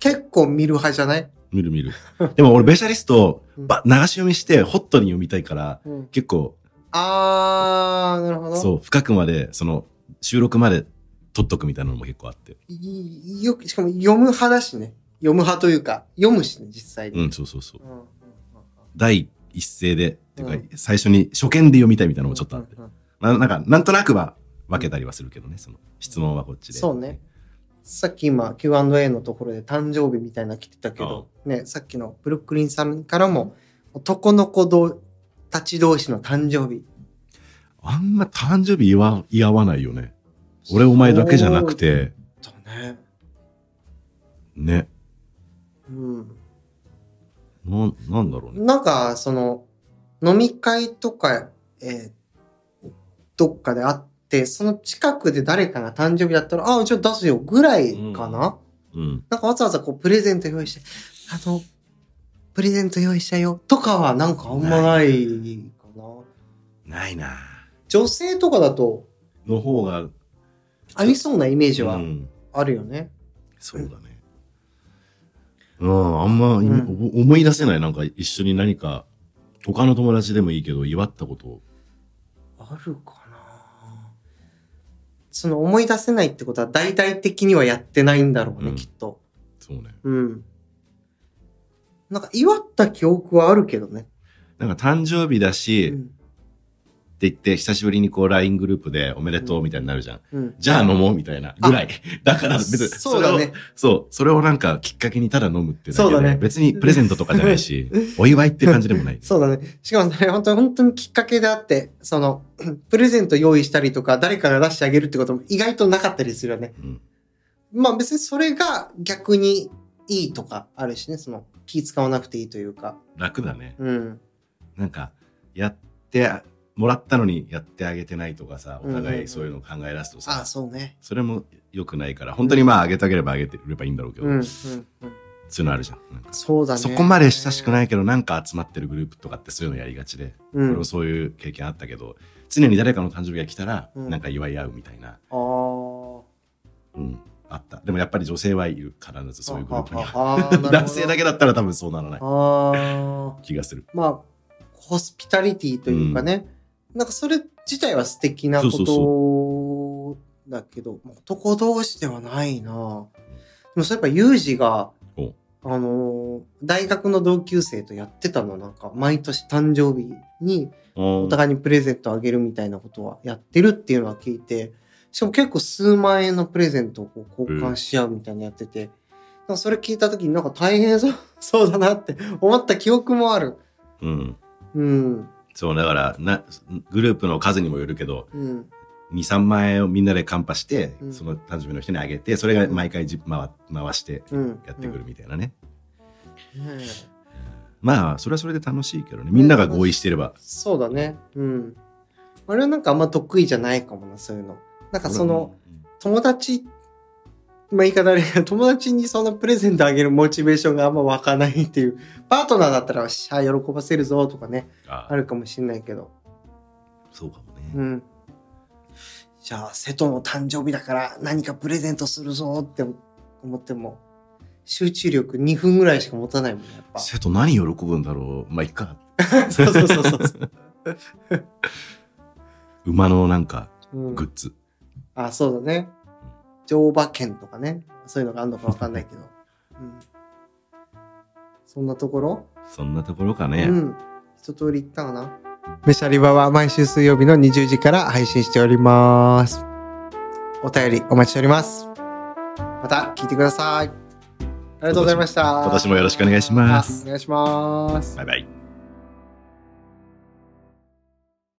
[SPEAKER 2] 結構見る派じゃない、
[SPEAKER 3] 見る見る。でも俺、ベシャリスト、
[SPEAKER 2] うん
[SPEAKER 3] ば流し読みしてホットに読みたいから、
[SPEAKER 2] うん、
[SPEAKER 3] 結構、
[SPEAKER 2] あーなるほど
[SPEAKER 3] そう、深くまで、その、収録まで撮っとくみたいなのも結構あって。
[SPEAKER 2] いよくしかも読む派だしね読む派というか読むしね実際に。
[SPEAKER 3] うん、そうそうそう。
[SPEAKER 2] うんうんうんうん
[SPEAKER 3] 第一声で、っていう
[SPEAKER 2] う
[SPEAKER 3] か、最初に初見で読みたいみたいなのもちょっとあって。
[SPEAKER 2] うんうんうん
[SPEAKER 3] ななんか、なんとなくは分けたりはするけどね、その、質問はこっちで。
[SPEAKER 2] そうね。さっき今 Q&A のところで誕生日みたいなの来てたけど、ね、さっきのブルックリンさんからも男の子同たち同士の誕生日
[SPEAKER 3] あんま誕生日言わ、言い合わないよね。俺お前だけじゃなくて、
[SPEAKER 2] そうだね、
[SPEAKER 3] ね。
[SPEAKER 2] うん、
[SPEAKER 3] なん、なんだろうね。
[SPEAKER 2] なんかその飲み会とか、えーどっかで会ってその近くで誰かが誕生日だったら「ああじゃあ出すよ」ぐらいかな、
[SPEAKER 3] うん。
[SPEAKER 2] なんかわざわざこうプレゼント用意して、あの、プレゼント用意したよとかはなんかあんまないかな。
[SPEAKER 3] ないな
[SPEAKER 2] 女性とかだと
[SPEAKER 3] の方が、
[SPEAKER 2] ありそうなイメージ
[SPEAKER 3] う
[SPEAKER 2] は
[SPEAKER 3] ん
[SPEAKER 2] あるよね。
[SPEAKER 3] そうだね。うん、あんま、
[SPEAKER 2] ん
[SPEAKER 3] お思い出せない。なんか一緒に何か、他の友達でもいいけど、祝ったこと
[SPEAKER 2] あるかな。その思い出せないってことは大々的にはやってないんだろうね、
[SPEAKER 3] うん
[SPEAKER 2] きっと。
[SPEAKER 3] そうね。
[SPEAKER 2] うん。なんか祝った記憶はあるけどね。
[SPEAKER 3] なんか誕生日だし、
[SPEAKER 2] う
[SPEAKER 3] って
[SPEAKER 2] ん。
[SPEAKER 3] 言って、久しぶりにこう LINE グループでおめでとうみたいになるじゃん。
[SPEAKER 2] うん。
[SPEAKER 3] じゃあ飲もうみたいなぐらい。だから別に、
[SPEAKER 2] そうだ
[SPEAKER 3] れを
[SPEAKER 2] ね。
[SPEAKER 3] そう、それをなんかきっかけにただ飲むって
[SPEAKER 2] そうだね
[SPEAKER 3] 別にプレゼントとかじゃない し、お祝いって感じでもない。
[SPEAKER 2] そうだね。しかもそれ本当に本当にきっかけであって、その、 プレゼント用意したりとか、誰かが出してあげるってことも意外となかったりするよね。
[SPEAKER 3] うん、
[SPEAKER 2] まあ別にそれが逆にいいとかあるしね、その気使わなくていいというか。
[SPEAKER 3] 楽だね。
[SPEAKER 2] うん。
[SPEAKER 3] なんか、やって、もらったのにやってあげてないとかさ、お
[SPEAKER 2] うんうん
[SPEAKER 3] 互
[SPEAKER 2] うん
[SPEAKER 3] いそういうのを考え出すとさ、
[SPEAKER 2] ああ、そうね。
[SPEAKER 3] それも良くないから、本当にまああげてあげればあげてればいいんだろうけど、
[SPEAKER 2] うん、うん、うん。
[SPEAKER 3] そういうのあるじゃん。なんか
[SPEAKER 2] そうだね。。
[SPEAKER 3] そこまで親しくないいけど、なんか集まってるグループとかってそういうのやりがちで、
[SPEAKER 2] う
[SPEAKER 3] 俺
[SPEAKER 2] ん
[SPEAKER 3] も。そういう経験あったけど、常に誰かの誕生日が来たら、
[SPEAKER 2] うん
[SPEAKER 3] なんか祝い合うみたいな。
[SPEAKER 2] あー
[SPEAKER 3] うん、あった。でもやっぱり女性はいる、必ずそういうグループに は。
[SPEAKER 2] あー
[SPEAKER 3] 男性だ。
[SPEAKER 2] なる
[SPEAKER 3] けだったら多分そうならない
[SPEAKER 2] ほどああ。
[SPEAKER 3] 気がする。
[SPEAKER 2] まあ、ホスピタリティというかね、なんかそれ自体は素敵なこ
[SPEAKER 3] そうそう
[SPEAKER 2] とだけど、男同士ではないな。でもそういえば、ユージが
[SPEAKER 3] お、
[SPEAKER 2] あのー大学の同級生とやってたの、なんか、毎年誕生日にお
[SPEAKER 3] お
[SPEAKER 2] 互いにプレゼントあげるみたいなことはやってるっていうのは聞いて、しかも結構数万円のプレゼントをこう交換し合うみたいなのやってて、なんかそれ聞いた時になんか大変そう そうだなって思った記憶もある。
[SPEAKER 3] うん。
[SPEAKER 2] うん。
[SPEAKER 3] そう、だからな、グループの数にもよるけど、
[SPEAKER 2] うん。
[SPEAKER 3] 2、3万円をみんなでカンパして、
[SPEAKER 2] うん
[SPEAKER 3] その誕生日の人にあげて、それが毎回じ回回して
[SPEAKER 2] うん。
[SPEAKER 3] やってく
[SPEAKER 2] う
[SPEAKER 3] る
[SPEAKER 2] ん。
[SPEAKER 3] みたいなね。
[SPEAKER 2] ねえ
[SPEAKER 3] まあ、それはそれで楽しいけどね。みんなが合意してれば。
[SPEAKER 2] そうだね。うん。俺はなんかあんま得意じゃないかもな、そういうの。なんかその、友達、まあ言い方あれだけど友達にそのプレゼントあげるモチベーションがあんま湧かないっていう。パートナーだったら、しゃあ喜ばせるぞとかね、
[SPEAKER 3] あ
[SPEAKER 2] あるかもしんないけど。
[SPEAKER 3] そうかも
[SPEAKER 2] う
[SPEAKER 3] ね。
[SPEAKER 2] ん。じゃあ、瀬戸の誕生日だから何かプレゼントするぞって思っても、集中力2分ぐらいしか持たないもんね、やっ ぱ。
[SPEAKER 3] 生徒何喜ぶんだろうまあいっか
[SPEAKER 2] そうそうそうそう。
[SPEAKER 3] 馬のなんか
[SPEAKER 2] うん
[SPEAKER 3] グッズ、
[SPEAKER 2] あ、そうだね。乗馬券とかね。そういうのがあるのかわかんないけど。うん、そんなところ、
[SPEAKER 3] そんなところかね、
[SPEAKER 2] うん。一通り行ったかな。メシャリバは毎週水曜日の20時から配信しております。お便りお待ちしております。また聞いてください。ありがとうございました。
[SPEAKER 3] 今年もよろしくお願いします
[SPEAKER 2] お願いします。
[SPEAKER 3] バイバイ